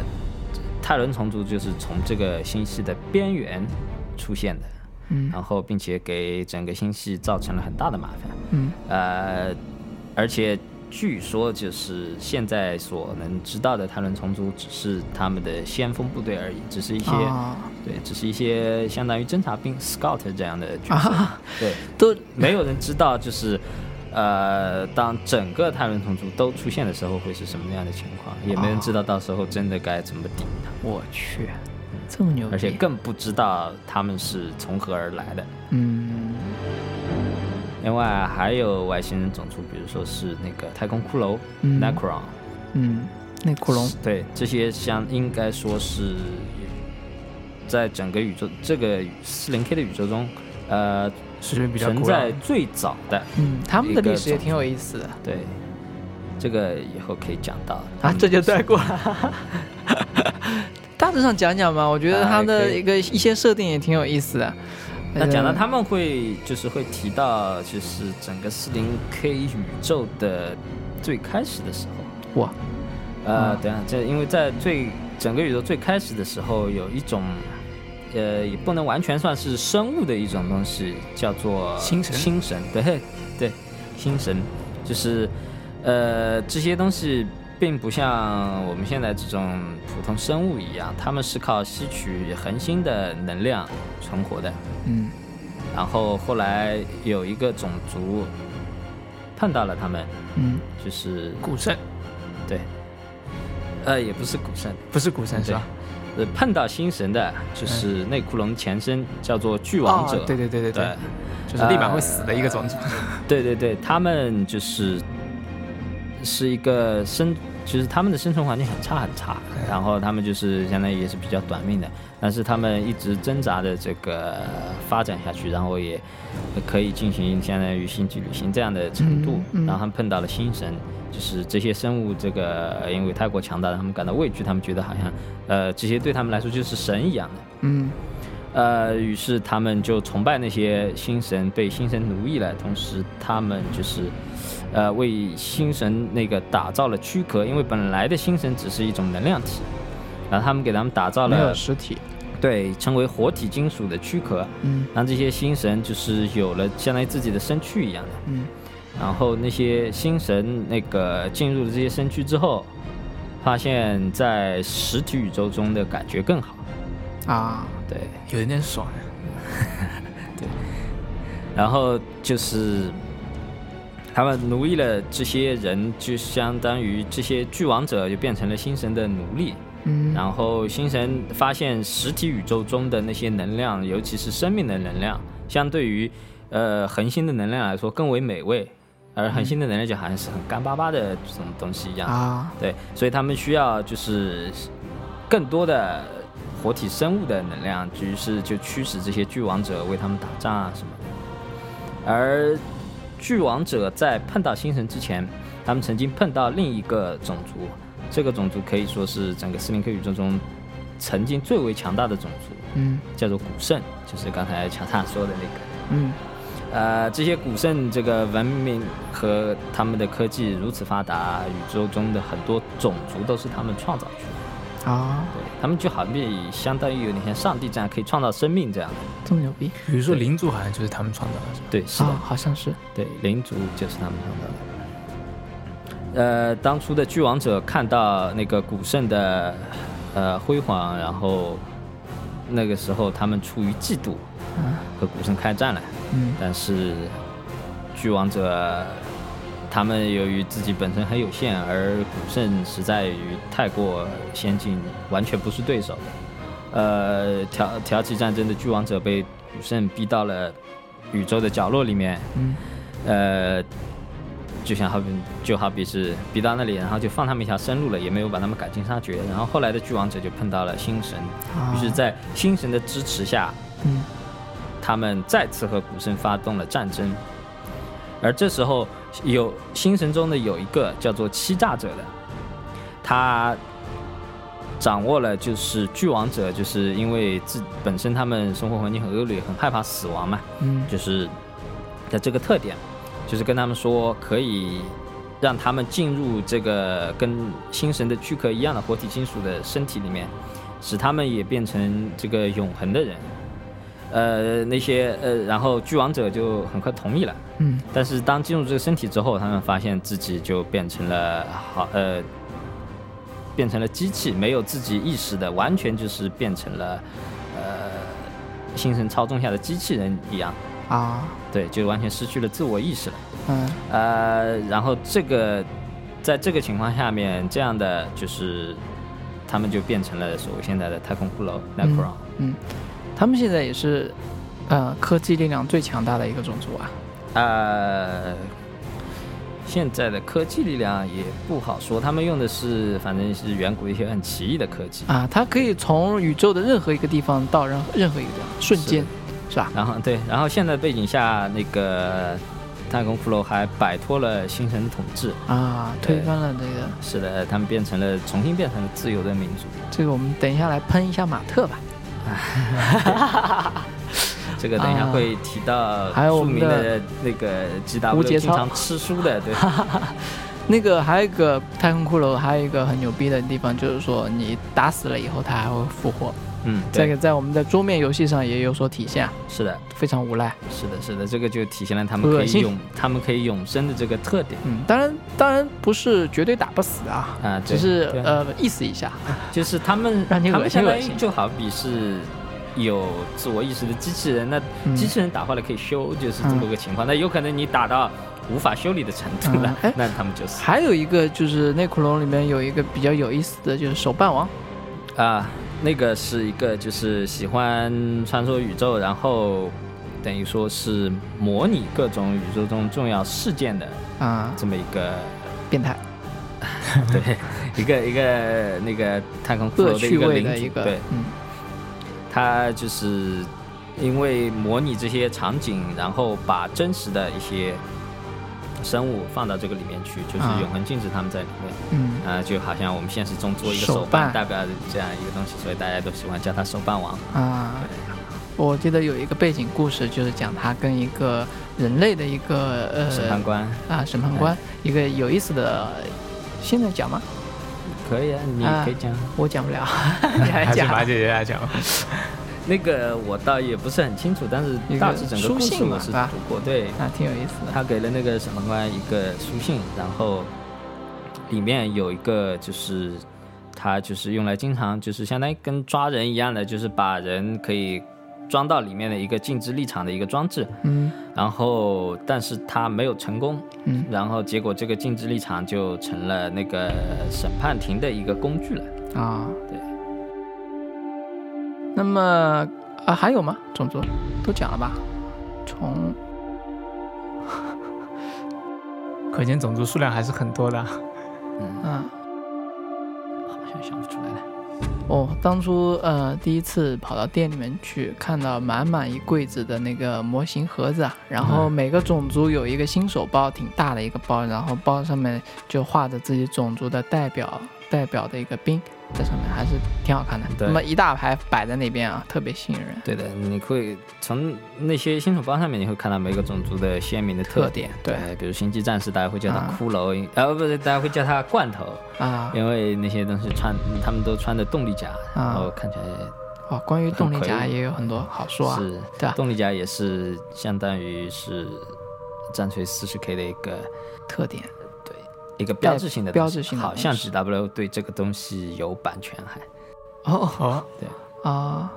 Speaker 3: 泰伦虫族就是从这个星系的边缘出现的，
Speaker 1: 嗯
Speaker 3: 然后并且给整个星系造成了很大的麻烦。
Speaker 1: 嗯
Speaker 3: 呃，而且据说就是现在所能知道的泰伦虫族只是他们的先锋部队而已，只是一些、
Speaker 1: 啊
Speaker 3: 对，只是一些相当于侦察兵 scout 这样的角色，
Speaker 1: 啊，
Speaker 3: 对，
Speaker 1: 都
Speaker 3: 没有人知道就是。呃，当整个泰伦同族都出现的时候，会是什么样的情况？也没人知道到时候真的该怎么顶他，
Speaker 1: 我去，这么牛逼，
Speaker 3: 而且更不知道他们是从何而来的。
Speaker 1: 嗯
Speaker 3: 另外还有外星人种族，比如说是那个太空骷髅、
Speaker 1: 嗯
Speaker 3: Necron，
Speaker 1: 嗯，那库龙
Speaker 3: 对，这些相应该说是在整个宇宙这个四零 K 的宇宙中，呃，
Speaker 2: 是比较
Speaker 3: 存
Speaker 2: 古
Speaker 3: 在
Speaker 2: 老
Speaker 3: 最早的。
Speaker 1: 嗯，他们的
Speaker 3: 一个
Speaker 1: 历史也
Speaker 3: 种族
Speaker 1: 挺有意思的
Speaker 3: 对，这个以后可以讲到
Speaker 1: 啊，这就带过了。大致上讲讲吧，我觉得
Speaker 3: 啊
Speaker 1: 他的
Speaker 3: 可以
Speaker 1: 一个一些设定也挺有意思的。
Speaker 3: 那讲到
Speaker 1: 呃
Speaker 3: 他们会就是会提到就是整个四零 K 宇宙的最开始的时候，
Speaker 1: 哇，
Speaker 3: 呃，等一下这因为在最整个宇宙最开始的时候有一种。呃，也不能完全算是生物的一种东西，叫做
Speaker 2: 星神
Speaker 3: 星神，对对，星神就是，呃，这些东西并不像我们现在这种普通生物一样，它们是靠吸取恒星的能量存活的。
Speaker 1: 嗯
Speaker 3: 然后后来有一个种族碰到了他们，
Speaker 1: 嗯
Speaker 3: 就是
Speaker 2: 古圣，
Speaker 3: 对，呃，也不是古圣，
Speaker 2: 不是古圣是
Speaker 3: 对
Speaker 2: 吧？，嗯
Speaker 3: 呃，碰到星神的，就是内库龙前身叫做巨王者，
Speaker 2: 哦对对对对对，
Speaker 3: 对
Speaker 2: 呃就是立马会死的一个种族。
Speaker 3: 对对对，他们就是是一个生，就是他们的生存环境很差很差，然后他们就是相当于也是比较短命的，但是他们一直挣扎的这个发展下去，然后也可以进行相当于星际旅行这样的程度，
Speaker 1: 嗯嗯
Speaker 3: 然后他们碰到了星神。就是这些生物，这个因为太过强大了，他们感到畏惧，他们觉得好像，呃，这些对他们来说就是神一样的。
Speaker 1: 嗯
Speaker 3: 呃，于是他们就崇拜那些星神，被星神奴役了。同时，他们就是，呃，为星神那个打造了躯壳，因为本来的星神只是一种能量体，然后他们给他们打造
Speaker 1: 没
Speaker 3: 了
Speaker 1: 有实体，
Speaker 3: 对称为活体金属的躯壳，
Speaker 1: 嗯
Speaker 3: 让这些星神就是有了相当于自己的身躯一样的。
Speaker 1: 嗯
Speaker 3: 然后那些星神那个进入了这些身躯之后，发现在实体宇宙中的感觉更好。
Speaker 1: 啊，
Speaker 3: 对，
Speaker 2: 有一点爽啊，
Speaker 3: 然后就是他们奴役了这些人，就相当于这些巨王者就变成了星神的奴隶。
Speaker 1: 嗯
Speaker 3: 然后星神发现实体宇宙中的那些能量，尤其是生命的能量，相对于呃恒星的能量来说更为美味，而恒星的能量就好像是很干巴巴的这种东西一样。
Speaker 1: 啊，
Speaker 3: 对，所以他们需要就是更多的活体生物的能量，于是就驱使这些巨王者为他们打仗啊什么的。而巨王者在碰到星神之前，他们曾经碰到另一个种族，这个种族可以说是整个斯林克宇宙中曾经最为强大的种族，
Speaker 1: 嗯
Speaker 3: 叫做古圣，就是刚才乔塔说的那个。
Speaker 1: 嗯
Speaker 3: 呃，这些古圣这个文明和他们的科技如此发达，宇宙中的很多种族都是他们创造出来
Speaker 1: 啊，
Speaker 3: 的。对，他们就好比相当于有点像上帝这样可以创造生命这样的。
Speaker 1: 这么牛逼
Speaker 2: 比如说灵族好像就是他们创造的，是吧？
Speaker 3: 对，是
Speaker 1: 啊
Speaker 3: 的，，
Speaker 1: 好像是，
Speaker 3: 对，灵族就是他们创造的。呃，当初的巨王者看到那个古圣的呃辉煌，然后那个时候他们出于嫉妒
Speaker 1: 嗯
Speaker 3: 和古圣开战了。
Speaker 1: 嗯
Speaker 3: 但是巨王者他们由于自己本身很有限，而古圣实在于太过先进，完全不是对手。呃，挑挑起战争的巨王者被古圣逼到了宇宙的角落里面，
Speaker 1: 嗯
Speaker 3: 呃，就像好比就好比是逼到那里，然后就放他们一条生路了，也没有把他们赶尽杀绝。然后后来的巨王者就碰到了星神，
Speaker 1: 啊
Speaker 3: 于是，在星神的支持下，
Speaker 1: 嗯
Speaker 3: 他们再次和古圣发动了战争。而这时候，有星神中的有一个叫做欺诈者的，他掌握了就是巨王者，就是因为自本身他们生活环境很恶劣，很害怕死亡嘛，
Speaker 2: 嗯，
Speaker 3: 就是的这个特点，就是跟他们说可以让他们进入这个跟星神的躯壳一样的活体金属的身体里面，使他们也变成这个永恒的人。呃，那些呃，然后巨王者就很快同意了。
Speaker 2: 嗯，
Speaker 3: 但是当进入这个身体之后，他们发现自己就变成了好呃，变成了机器，没有自己意识的，完全就是变成了呃星神操纵下的机器人一样。
Speaker 1: 啊，
Speaker 3: 对，就完全失去了自我意识了。
Speaker 1: 嗯
Speaker 3: 呃，然后这个，在这个情况下面，这样的就是他们就变成了所谓现在的太空骷髅 Necron，、
Speaker 1: 嗯，他们现在也是，呃，科技力量最强大的一个种族啊。
Speaker 3: 呃，现在的科技力量也不好说，他们用的是反正是远古一些很奇异的科技。
Speaker 1: 啊，它可以从宇宙的任何一个地方到任何任何一个地方，瞬间，是吧？
Speaker 3: 然后对，然后现在背景下，那个太空骷髅还摆脱了星神的统治。
Speaker 1: 啊，
Speaker 3: 对
Speaker 1: 推翻了这个，
Speaker 3: 是的，他们变成了重新变成了自由的民族。
Speaker 1: 这个我们等一下来喷一下马特吧。
Speaker 3: 这个等一下
Speaker 1: 啊
Speaker 3: 会提到，
Speaker 1: 还有我
Speaker 3: 著
Speaker 1: 们
Speaker 3: 名
Speaker 1: 的
Speaker 3: 的那个吉达
Speaker 1: 胡
Speaker 3: 乌
Speaker 1: 节
Speaker 3: 经
Speaker 1: 操
Speaker 3: 常吃书的，对，
Speaker 1: 那个还有一个太空骷髅，还有一个很牛逼的地方，就是说你打死了以后，它还会复活。
Speaker 3: 嗯，
Speaker 1: 这个，
Speaker 3: 对
Speaker 1: 在我们的桌面游戏上也有所体现啊，
Speaker 3: 是的，
Speaker 1: 非常无赖。
Speaker 3: 是的，是的，这个就体现了他们可
Speaker 1: 恶
Speaker 3: 以
Speaker 1: 心
Speaker 3: 永，他们可以永生的这个特点
Speaker 1: 嗯，当然，当然不是绝对打不死的啊，
Speaker 3: 啊，
Speaker 1: 只
Speaker 3: 对
Speaker 1: 是
Speaker 3: 对
Speaker 1: 呃意思一 下。
Speaker 3: 就是他们，
Speaker 1: 让你
Speaker 3: 他
Speaker 1: 恶
Speaker 3: 们
Speaker 1: 心
Speaker 3: 相当
Speaker 1: 恶
Speaker 3: 于
Speaker 1: 心
Speaker 3: 就好比是有自我意识的机器人，那
Speaker 1: 嗯
Speaker 3: 机器人打坏了可以修，就是这么
Speaker 1: 嗯
Speaker 3: 个情况。那有可能你打到无法修理的程度了
Speaker 1: 嗯哎，
Speaker 3: 那他们就是
Speaker 1: 还有一个就是内库龙里面有一个比较有意思的就是手办王，
Speaker 3: 啊，那个是一个就是喜欢穿梭宇宙，然后等于说是模拟各种宇宙中重要事件的
Speaker 1: 啊，
Speaker 3: 这么一个
Speaker 1: 变态，
Speaker 3: 对一个一个那个太空骷
Speaker 1: 恶
Speaker 3: 髅的一
Speaker 1: 趣
Speaker 3: 个
Speaker 1: 味
Speaker 3: 领
Speaker 1: 的一
Speaker 3: 主，
Speaker 1: 个，
Speaker 3: 对，
Speaker 1: 嗯，
Speaker 3: 他就是因为模拟这些场景，然后把真实的一些生物放到这个里面去，就是
Speaker 1: 啊
Speaker 3: 永恒禁止他们在里面。
Speaker 1: 嗯，
Speaker 3: 啊、就好像我们现实中做一个
Speaker 1: 手
Speaker 3: 手办，
Speaker 1: 办
Speaker 3: 代表这样一个东西，所以大家都喜欢叫它手办王。
Speaker 1: 啊，我记得有一个背景故事，就是讲他跟一个人类的一个呃
Speaker 3: 审判官哎
Speaker 1: 啊审判官、一个有意思的，现在讲吗？
Speaker 3: 可以啊，你
Speaker 1: 啊
Speaker 3: 可以讲。
Speaker 1: 我讲 不了，你
Speaker 2: 还
Speaker 1: 来
Speaker 2: 是
Speaker 1: 讲。
Speaker 2: 马姐姐来讲吧。
Speaker 3: 那个我倒也不是很清楚，但是
Speaker 1: 一个
Speaker 3: 大致整个
Speaker 1: 书
Speaker 3: 故事
Speaker 1: 信嘛
Speaker 3: 我是
Speaker 1: 是吧
Speaker 3: 读过。对，
Speaker 1: 啊，挺有意思的。
Speaker 3: 他给了那个审判官一个书信，然后里面有一个就是他就是用来经常就是相当于跟抓人一样的，就是把人可以装到里面的一个禁止立场的一个装置，
Speaker 1: 嗯
Speaker 3: 然后但是他没有成功，
Speaker 1: 嗯
Speaker 3: 然后结果这个禁止立场就成了那个审判庭的一个工具了。
Speaker 1: 啊，
Speaker 3: 对。
Speaker 1: 那么啊，还有吗？种族都讲了吧？虫
Speaker 2: 可见种族数量还是很多的啊。
Speaker 3: 嗯，
Speaker 1: 啊，
Speaker 3: 好像想不出来了。
Speaker 1: 哦，当初呃第一次跑到店里面去，看到满满一柜子的那个模型盒子啊，然后
Speaker 3: 嗯
Speaker 1: 每个种族有一个新手包，挺大的一个包，然后包上面就画着自己种族的代表代表的一个兵在上面，还是挺好看的。
Speaker 3: 对
Speaker 1: 那么一大排摆在那边啊，特别吸引人。
Speaker 3: 对的，你会从那些新手包上面，你会看到每个种族的鲜明的特
Speaker 1: 特点对
Speaker 3: 比如星际战士，大家会叫它
Speaker 1: 啊
Speaker 3: 骷髅，呃，不是，大家会叫它罐头，
Speaker 1: 啊
Speaker 3: 因为那些东西穿，他们都穿的动力甲，然后看起来
Speaker 1: 哇，哦关于动力
Speaker 3: 很
Speaker 1: 甲
Speaker 3: 魁梧
Speaker 1: 也有很多好说啊，
Speaker 3: 是
Speaker 1: 对吧
Speaker 3: 动力甲也是相当于是战锤四十 K 的一个
Speaker 1: 特点
Speaker 3: 一个标志性的
Speaker 1: 标
Speaker 3: 东西
Speaker 1: 志性的
Speaker 3: 好像
Speaker 1: 东西
Speaker 3: GW 对这个东西有版权还。
Speaker 1: 哦
Speaker 2: 哦，
Speaker 1: 啊。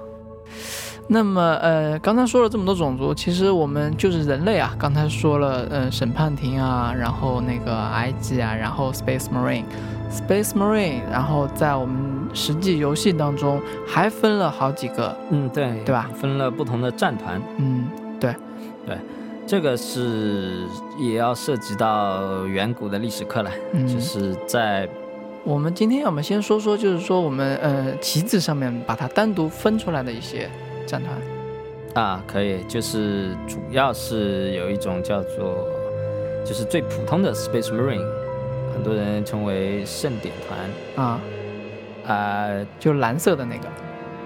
Speaker 1: 那么，呃，刚才说了这么多种族，其实我们就是人类啊。刚才说了，呃，审判庭啊，然后那个埃及啊，然后 Space Marine，Space Marine，然后在我们实际游戏当中还分了好几个，
Speaker 3: 嗯，对，
Speaker 1: 对吧？
Speaker 3: 分了不同的战团，
Speaker 1: 嗯，
Speaker 3: 这个是也要涉及到远古的历史课了，
Speaker 1: 嗯
Speaker 3: 就是在
Speaker 1: 我们今天要么先说说，就是说我们呃旗帜上面把它单独分出来的一些战团
Speaker 3: 啊，可以，就是主要是有一种叫做，就是最普通的 Space Marine，很多人称为圣典团
Speaker 1: 啊，
Speaker 3: 啊、
Speaker 1: 就蓝色的那个。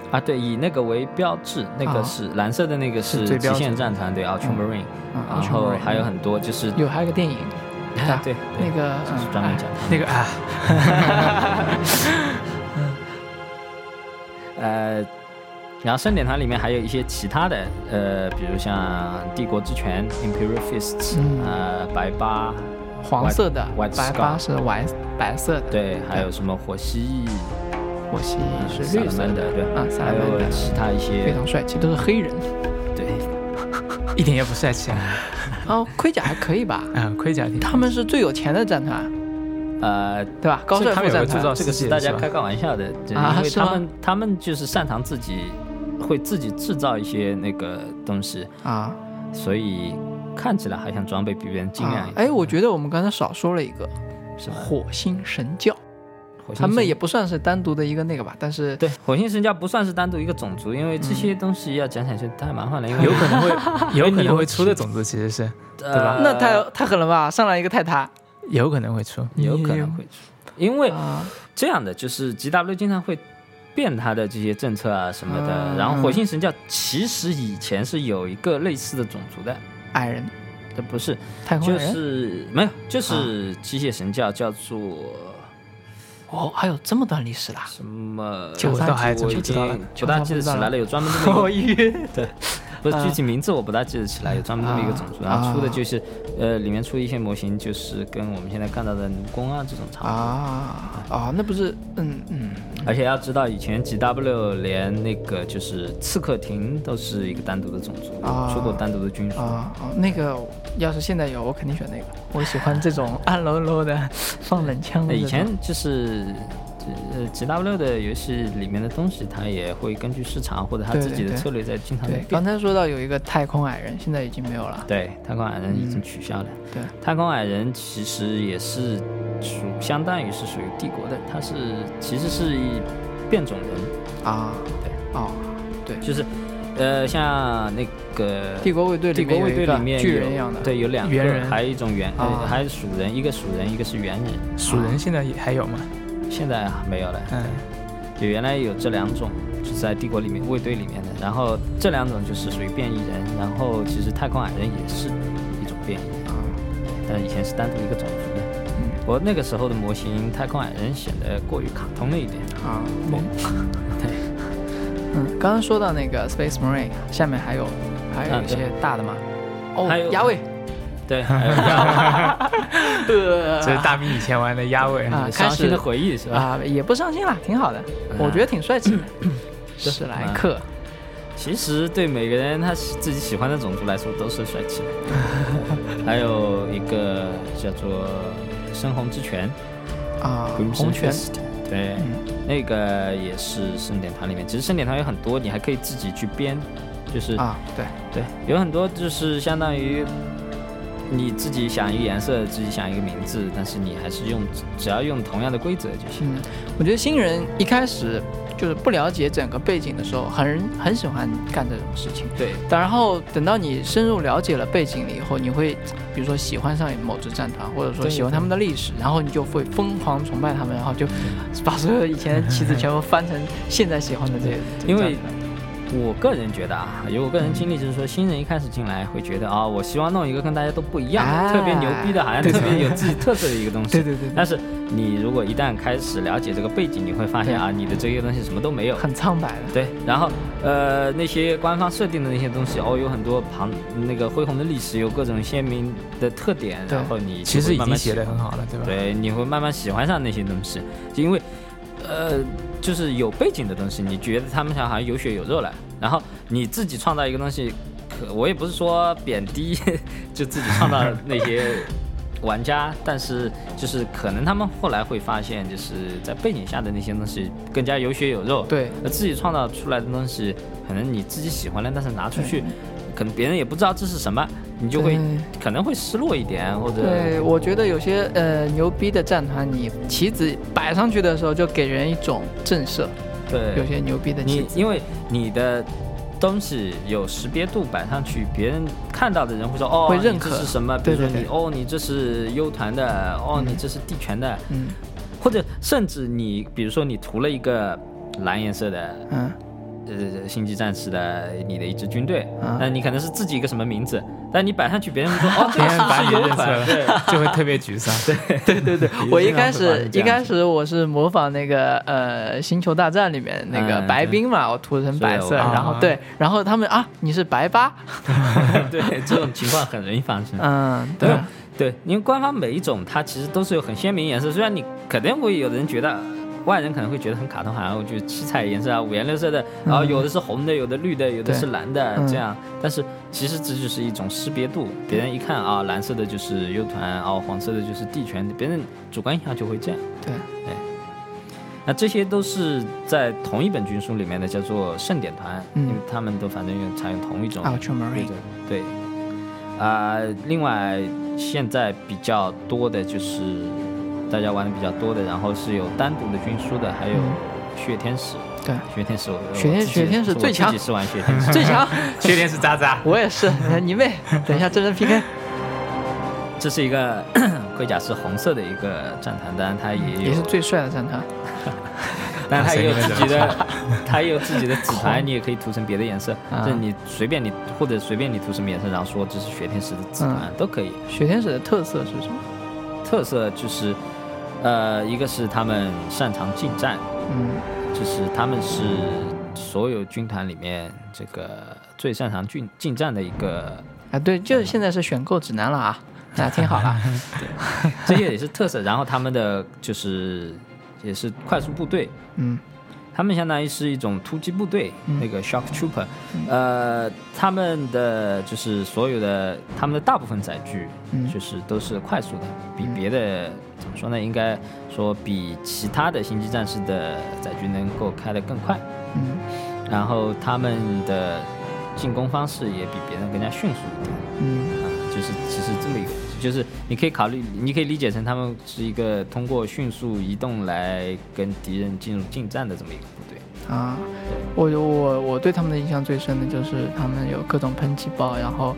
Speaker 3: 啊，对，以那个为标志，那个
Speaker 1: 啊
Speaker 3: 是、蓝色的那个
Speaker 1: 是
Speaker 3: 是
Speaker 1: 最
Speaker 3: 极
Speaker 1: 标志
Speaker 3: 限
Speaker 1: 的
Speaker 3: 战团对 Ultramarine，、
Speaker 1: 嗯
Speaker 3: 然后还有很多就是
Speaker 1: 有还有个电影，
Speaker 3: 啊对
Speaker 1: 嗯那个
Speaker 3: 就是
Speaker 1: 嗯
Speaker 3: 专门
Speaker 1: 哎
Speaker 3: 讲
Speaker 2: 那个啊，
Speaker 3: 呃，然后圣典团里面还有一些其他的，呃，比如像帝国之拳 （Imperial Fists），、
Speaker 1: 嗯
Speaker 3: 呃，白八，
Speaker 1: 黄色的
Speaker 3: White- White
Speaker 1: 白
Speaker 3: Scar
Speaker 1: 八是白白色的，
Speaker 3: 对，还有什么火蜥蜴、
Speaker 1: 火蜥
Speaker 3: 呃
Speaker 1: 蜴是绿色
Speaker 3: Salamander，
Speaker 1: 的，
Speaker 3: 对，
Speaker 1: 啊
Speaker 3: 还有
Speaker 1: Salamander
Speaker 3: 其他一
Speaker 1: 非
Speaker 3: 些，
Speaker 1: 常帅气，都是黑人。
Speaker 3: 对，
Speaker 2: 一点也不帅气啊！
Speaker 1: 哦，盔甲还可以吧？
Speaker 2: 啊，盔甲 挺
Speaker 1: 他们是最有钱的战团，
Speaker 3: 呃，
Speaker 1: 对吧？高
Speaker 2: 是
Speaker 1: 帅
Speaker 2: 他
Speaker 1: 富
Speaker 2: 们有
Speaker 1: 战
Speaker 2: 个制
Speaker 1: 团
Speaker 2: 造
Speaker 3: 这个
Speaker 2: 世
Speaker 3: 是
Speaker 2: 界
Speaker 3: 大家
Speaker 2: 吧
Speaker 3: 开开玩笑的，对
Speaker 1: 啊
Speaker 3: 因为
Speaker 1: 是
Speaker 3: 他
Speaker 1: 吗
Speaker 3: 们他们就是擅长自己会自己制造一些那个东西，
Speaker 1: 啊
Speaker 3: 所以看起来好像装备比别人精良
Speaker 1: 啊
Speaker 3: 一！点，
Speaker 1: 哎，我觉得我们刚才少说了一个
Speaker 3: 是吧？
Speaker 1: 火星神教，
Speaker 3: 火星
Speaker 1: 他们
Speaker 3: 神
Speaker 1: 也不算是单独的一个那个吧，但是
Speaker 3: 对，火星神教不算是单独一个种族，因为这些东西要讲起来就太麻烦
Speaker 1: 嗯
Speaker 3: 了，因为
Speaker 2: 有可能 会有可能会出的种子其实是
Speaker 3: 呃
Speaker 2: 对吧
Speaker 1: 那太太狠了吧？上来一个泰塔
Speaker 2: 有可能会出，嗯
Speaker 3: 有可能会出，因为
Speaker 1: 啊，
Speaker 3: 这样的就是 GW 经常会变它的这些政策啊什么的。
Speaker 1: 嗯
Speaker 3: 然后火星神教其实以前是有一个类似的种族的，
Speaker 1: 矮人、
Speaker 3: 这不是，
Speaker 1: 太空
Speaker 3: 就
Speaker 1: 人
Speaker 3: 是没有，就是机械神教叫做
Speaker 1: 哦，还有这么段历史啦！
Speaker 3: 什么？
Speaker 2: 这我倒还真
Speaker 3: 我
Speaker 2: 不
Speaker 3: 已
Speaker 2: 知道
Speaker 3: 经不大记得起来了，有专门这么一个
Speaker 1: 我晕，
Speaker 3: 不是
Speaker 1: 啊
Speaker 3: 具体名字我不大记得起来，有专门这么一个种族，
Speaker 1: 啊
Speaker 3: 然后出的就是，呃，里面出一些模型，就是跟我们现在看到的蜈蚣啊这种差不多。
Speaker 1: 啊啊，那不是嗯嗯
Speaker 3: 而且要知道，以前 GW 连那个就是刺客亭都是一个单独的种族，
Speaker 1: 啊
Speaker 3: 出过单独的军属。
Speaker 1: 啊啊，那个要是现在有，我肯定选那个。我喜欢这种暗喽喽的 放冷枪的
Speaker 3: 那
Speaker 1: 这
Speaker 3: 以
Speaker 1: 种。
Speaker 3: 前就是。呃，GW 的游戏里面的东西，它也会根据市场或者它
Speaker 1: 对
Speaker 3: 自己的
Speaker 1: 对对
Speaker 3: 策略在经常地
Speaker 1: 对，
Speaker 3: 变
Speaker 1: 刚。才说到有一个太空矮人，现在已经没有了。
Speaker 3: 对，太空矮人已经取消了。
Speaker 1: 对，
Speaker 3: 太空矮人其实也是属相当于是属于帝国的，它是其实是一变种人，
Speaker 1: 啊，
Speaker 3: 对，
Speaker 1: 哦，对，
Speaker 3: 就是呃像那个
Speaker 1: 帝国卫队里
Speaker 3: 帝国
Speaker 1: 面有
Speaker 3: 卫
Speaker 1: 一
Speaker 3: 队
Speaker 1: 个
Speaker 3: 里面
Speaker 1: 巨
Speaker 3: 有
Speaker 1: 人一样的，
Speaker 3: 对，有两个
Speaker 2: 猿人
Speaker 3: 还有一种猿，
Speaker 1: 啊
Speaker 3: 呃还有鼠人，一个鼠人，一个是猿人，
Speaker 2: 鼠人现在也还有嘛？
Speaker 3: 现在没有了。
Speaker 2: 嗯，
Speaker 3: 就原来有这两种，就是在帝国里面卫队里面的，然后这两种就是属于变异人，然后其实太空矮人也是一种变异人。
Speaker 1: 啊，
Speaker 3: 但以前是单独一个种族的。
Speaker 1: 嗯
Speaker 3: 我那个时候的模型太空矮人显得过于卡通了一点。
Speaker 1: 啊，猛，对，嗯，刚刚说到那个 Space Marine，下面还有还有
Speaker 3: 啊
Speaker 1: 一
Speaker 3: 对
Speaker 1: 些大的嘛，
Speaker 3: 还有
Speaker 1: 哦，牙尾，
Speaker 3: 对，还有让
Speaker 1: 呃，
Speaker 2: 这是大兵以前玩的鸭尾，
Speaker 1: 啊
Speaker 3: 我
Speaker 1: 开
Speaker 3: 伤
Speaker 1: 始
Speaker 3: 心的回忆是吧？
Speaker 1: 啊，也不上心啦，挺好
Speaker 3: 啊
Speaker 1: 的，我觉得挺帅气的。史莱克
Speaker 3: 其实对每个人他喜自己喜欢的种族来说都是帅气的。 还有一个叫做深红之泉，
Speaker 1: 啊，
Speaker 3: Crimson
Speaker 1: 红拳
Speaker 3: Fist，对，那个也是圣典堂里面。其实圣典堂有很多，你还可以自己去编，就是
Speaker 1: 啊，对，
Speaker 3: 对，有很多就是相当于你自己想一个颜色，自己想一个名字，但是你还是用只要用同样的规则就行。
Speaker 1: 嗯，我觉得新人一开始就是不了解整个背景的时候，很很喜欢干这种事情。
Speaker 3: 对，
Speaker 1: 然后等到你深入了解了背景了以后，你会比如说喜欢上某支战团，或者说
Speaker 3: 对
Speaker 1: 喜欢他们的历史，然后你就会疯狂崇拜他们，然后就把所有以前的棋子全部翻成现在喜欢的这些。这
Speaker 3: 因为
Speaker 1: 战团
Speaker 3: 我个人觉得啊，有我个人经历就是说，新人一开始进来会觉得啊、我希望弄一个跟大家都不一样的、
Speaker 1: 哎
Speaker 3: 特别牛逼的，好像
Speaker 1: 对
Speaker 3: 特别有自己特色的一个东西。
Speaker 1: 对对对对
Speaker 3: 但是你如果一旦开始了解这个背景，你会发现
Speaker 1: 对
Speaker 3: 啊，你的这些东西什么都没有。
Speaker 1: 很苍白的，
Speaker 3: 对，然后呃，那些官方设定的那些东西，哦，有很多旁那个恢宏的历史，有各种鲜明的特点，
Speaker 1: 对
Speaker 3: 然后你
Speaker 2: 其实已
Speaker 3: 慢
Speaker 2: 经
Speaker 3: 慢
Speaker 2: 写
Speaker 3: 喜
Speaker 2: 的
Speaker 3: 欢
Speaker 2: 很好了，对吧？
Speaker 3: 对，你会慢慢喜欢上那些东西，就因为，呃，就是有背景的东西，你觉得他们好像有血有肉了，然后你自己创造一个东西，可我也不是说贬低， 就自己创造那些玩家，但是就是可能他们后来会发现，就是在背景下的那些东西更加有血有肉，，
Speaker 1: 对，
Speaker 3: 而自己创造出来的东西，可能你自己喜欢了，但是拿出去，可能别人也不知道这是什么，你就会
Speaker 1: 对
Speaker 3: 可能会失落一点，或者
Speaker 1: 对，我觉得有些呃牛逼的战团，你棋子摆上去的时候，就给人一种震慑。
Speaker 3: 对
Speaker 1: 有些牛逼的棋
Speaker 3: 你
Speaker 1: 子
Speaker 3: 因为你的东西有识别度摆上去，别人看到的人会说哦，
Speaker 1: 会认
Speaker 3: 你这
Speaker 1: 可
Speaker 3: 是什么？比
Speaker 1: 对
Speaker 3: 如说
Speaker 1: 对
Speaker 3: 你
Speaker 1: 对
Speaker 3: 哦，你这是优团的，哦，
Speaker 1: 嗯
Speaker 3: 你这是地权的，
Speaker 1: 嗯
Speaker 3: 或者甚至你比如说你涂了一个蓝颜色的
Speaker 1: 嗯
Speaker 3: 呃星际战士的你的一支军队，
Speaker 1: 啊
Speaker 3: 那、你可能是自己一个什么名字，但你摆上去，别人 说哦，这
Speaker 2: 别人
Speaker 3: 个
Speaker 2: 把
Speaker 3: 是
Speaker 2: 你
Speaker 3: 油
Speaker 2: 认出
Speaker 3: 团，对
Speaker 2: 来，了，就会特别沮丧。对，
Speaker 1: 我一开
Speaker 3: 经常会发
Speaker 1: 始
Speaker 3: 生这
Speaker 1: 一
Speaker 3: 样
Speaker 1: 开
Speaker 3: 子
Speaker 1: 始我是模仿那个呃《星球大战》里面那个
Speaker 3: 嗯
Speaker 1: 白
Speaker 3: 对
Speaker 1: 冰嘛，我涂成白
Speaker 3: 是
Speaker 1: 色，
Speaker 3: 我
Speaker 1: 然后
Speaker 2: 啊
Speaker 1: 对，然后他们啊你是白八，
Speaker 3: 对，这种情况很容易发 生。
Speaker 1: 嗯
Speaker 3: 对
Speaker 1: 对，
Speaker 3: 对，因为官方每一种它其实都是有很鲜明颜色，虽然你可能会有人觉得。外人可能会觉得很卡通，好像就七彩颜色啊，五颜六色的，然后有的是红的，有的绿的，有的是蓝的，
Speaker 1: 嗯
Speaker 3: 这样。但是其实这就是一种识别度，别人一看啊，蓝色的就是优团，哦，黄色的就是地权，别人主观印象就会这样。
Speaker 1: 对，
Speaker 3: 那这些都是在同一本军书里面的，叫做盛典团，
Speaker 1: 嗯啊
Speaker 3: 因为他们都反正用采用同一种
Speaker 1: Ultramarine
Speaker 3: 哦对对。啊、另外现在比较多的就是大家玩的比较多的，然后是有单独的军书的，还有
Speaker 1: 嗯
Speaker 3: 雪天使。
Speaker 1: 对
Speaker 3: 雪天使我，我
Speaker 1: 雪天
Speaker 3: 自己
Speaker 1: 雪天使
Speaker 3: 我
Speaker 1: 最强
Speaker 3: 自己是玩雪 天使。
Speaker 1: 最强，
Speaker 2: 缺点是渣 渣。
Speaker 1: 我也 是，你妹，等一下真人 PK，
Speaker 3: 这是一个 盔甲是红色的一个战团，当然它也有，
Speaker 1: 也是最帅的战团，
Speaker 3: 但它也有自己
Speaker 2: 打
Speaker 3: 的，它也有自己的纸 牌，你也可以涂成别的颜色，
Speaker 1: 啊
Speaker 3: 就是你随便你或者随便你涂什么颜色，然后说这是雪天使的纸
Speaker 1: 嗯
Speaker 3: 团都可以。
Speaker 1: 雪天使的特色是什么？
Speaker 3: 特色就是，呃，一个是他们擅长近战，
Speaker 1: 嗯
Speaker 3: 就是他们是所有军团里面这个最擅长近近战的一个，
Speaker 1: 啊对，就是现在是选购指南了啊，那听好了 啊，
Speaker 3: 这些也是特色。然后他们的就是也是快速部队，
Speaker 1: 嗯
Speaker 3: 他们相当于是一种突击部队，
Speaker 1: 嗯
Speaker 3: 那个 shock trooper，、呃，他们的就是所有的他们的大部分载具，
Speaker 1: 嗯
Speaker 3: 就是都是快速的，比
Speaker 1: 嗯
Speaker 3: 别的、怎么说呢？应该说比其他的星际战士的载具能够开得更快，
Speaker 1: 嗯
Speaker 3: 然后他们的进攻方式也比别人更加迅速一点。
Speaker 1: 嗯
Speaker 3: 啊，就是其实这么一个，就是你可以考虑，你可以理解成他们是一个通过迅速移动来跟敌人进入近战的这么一个部队。
Speaker 1: 啊。我我我对他们的印象最深的就是他们有各种喷气包，然后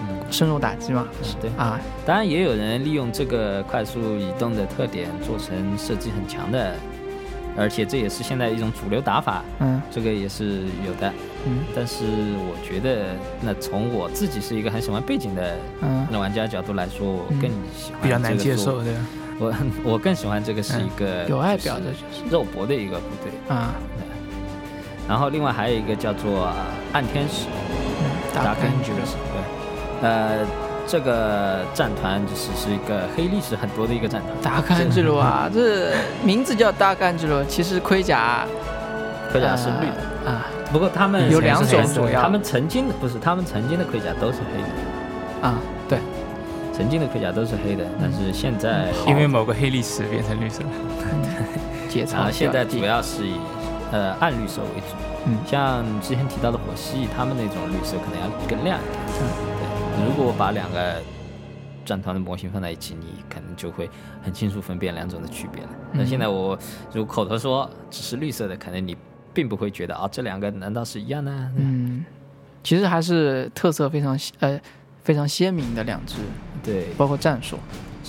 Speaker 3: 嗯，
Speaker 1: 深入打击嘛，
Speaker 3: 对。
Speaker 1: 啊，
Speaker 3: 当然，也有人利用这个快速移动的特点，做成设计很强的，而且这也是现在一种主流打法，
Speaker 1: 嗯
Speaker 3: 这个也是有的。
Speaker 1: 嗯
Speaker 3: 但是我觉得，那从我自己是一个很喜欢背景的
Speaker 1: 嗯
Speaker 3: 那玩家角度来说，我更喜欢、
Speaker 2: 嗯比较难接受。的，
Speaker 3: 我 我更喜欢这个是一个、
Speaker 1: 有爱表的
Speaker 3: 就是肉搏的一个部队。
Speaker 1: 啊，
Speaker 3: 然后另外还有一个叫做呃暗天使
Speaker 1: 嗯
Speaker 3: （Dark
Speaker 1: 打
Speaker 3: Angels），对，呃，这个战团就是是一个黑历史很多的一个战团。
Speaker 1: 达克安之路 啊，这名字叫达克安之路，其实盔甲
Speaker 3: 盔甲是绿的，
Speaker 1: 的啊
Speaker 3: 呃不过他们
Speaker 1: 有两
Speaker 2: 种
Speaker 3: 主
Speaker 1: 主要
Speaker 3: 他们曾经的不是他们曾经的盔甲都是黑的，
Speaker 1: 啊，对，
Speaker 3: 曾经的盔甲都是黑的，但是现在
Speaker 1: 嗯
Speaker 2: 因为某个黑历史变成 绿色了。
Speaker 1: 节
Speaker 3: 啊
Speaker 1: 操
Speaker 3: 现在
Speaker 1: 比
Speaker 3: 主
Speaker 1: 较低
Speaker 3: 要是以呃暗绿色为主，
Speaker 1: 嗯
Speaker 3: 像之前提到的火蜥他们那种绿色可能要更亮一点。对，如果把两个战团的模型放在一起，你可能就会很清楚分辨两种的区别了。
Speaker 1: 嗯
Speaker 3: 那现在我如果口头说只是绿色的，可能你并不会觉得啊、这两个难道是一样的？
Speaker 1: 嗯，其实还是特色非常鲜呃非常鲜明的两支，
Speaker 3: 对，
Speaker 1: 包括战术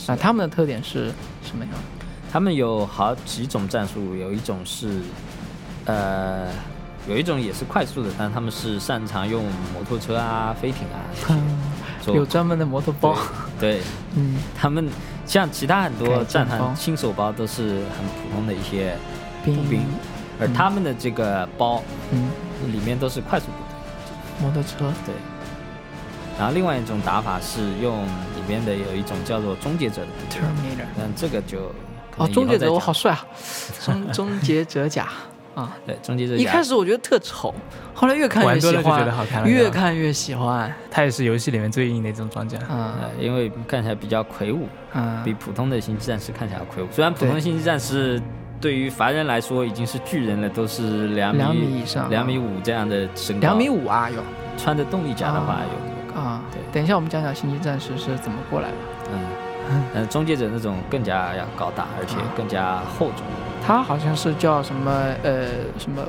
Speaker 1: 啊，他们的特点是什么样？
Speaker 3: 他们有好几种战术，有一种是，呃，有一种也是快速的，但他们是擅长用摩托车啊、飞艇啊 这些做
Speaker 1: 有专门的摩托包，
Speaker 3: 对，
Speaker 1: 嗯
Speaker 3: 他们像其他很
Speaker 1: 改
Speaker 3: 多
Speaker 1: 正
Speaker 3: 战团
Speaker 1: 包
Speaker 3: 新手包都是很普通的一些
Speaker 1: 冰
Speaker 3: 步兵，而他们的这个包
Speaker 1: 嗯，
Speaker 3: 里面都是快速部
Speaker 1: 摩托车，
Speaker 3: 队，对。然后另外一种打法是用里面的有一种叫做终结者的部队，
Speaker 1: Terminator。
Speaker 3: 但这个就可
Speaker 1: 哦，
Speaker 3: 能以
Speaker 1: 终
Speaker 3: 后
Speaker 1: 结
Speaker 3: 再
Speaker 1: 者我
Speaker 3: 讲
Speaker 1: 好帅啊！终终结者 甲啊！
Speaker 3: 对终结者
Speaker 1: 一
Speaker 3: 甲
Speaker 1: 开始我觉得特丑，后来越看越
Speaker 2: 玩多
Speaker 1: 喜
Speaker 2: 了就觉得
Speaker 1: 欢，
Speaker 2: 好看了
Speaker 1: 越
Speaker 2: 对吧
Speaker 1: 看越喜欢。
Speaker 2: 它也是游戏里面最硬的一种装甲。
Speaker 1: 嗯
Speaker 3: 呃，因为看起来比较魁梧，
Speaker 1: 嗯，
Speaker 3: 比普通的星际战士看起来要魁梧。虽然普通的星际战士对于凡人来说已经是巨人了，都是两米
Speaker 1: 两米以上啊
Speaker 3: 两米五这样的身高，
Speaker 1: 两米五啊，有
Speaker 3: 穿着动力甲的话
Speaker 1: 啊
Speaker 3: 有多高？
Speaker 1: 啊
Speaker 3: 对。
Speaker 1: 等一下，我们讲讲星际战士是怎么过来的。嗯啊
Speaker 3: 嗯，呃，终结者那种更加要高大，而且更加厚重，
Speaker 1: 它好像是叫什么呃什么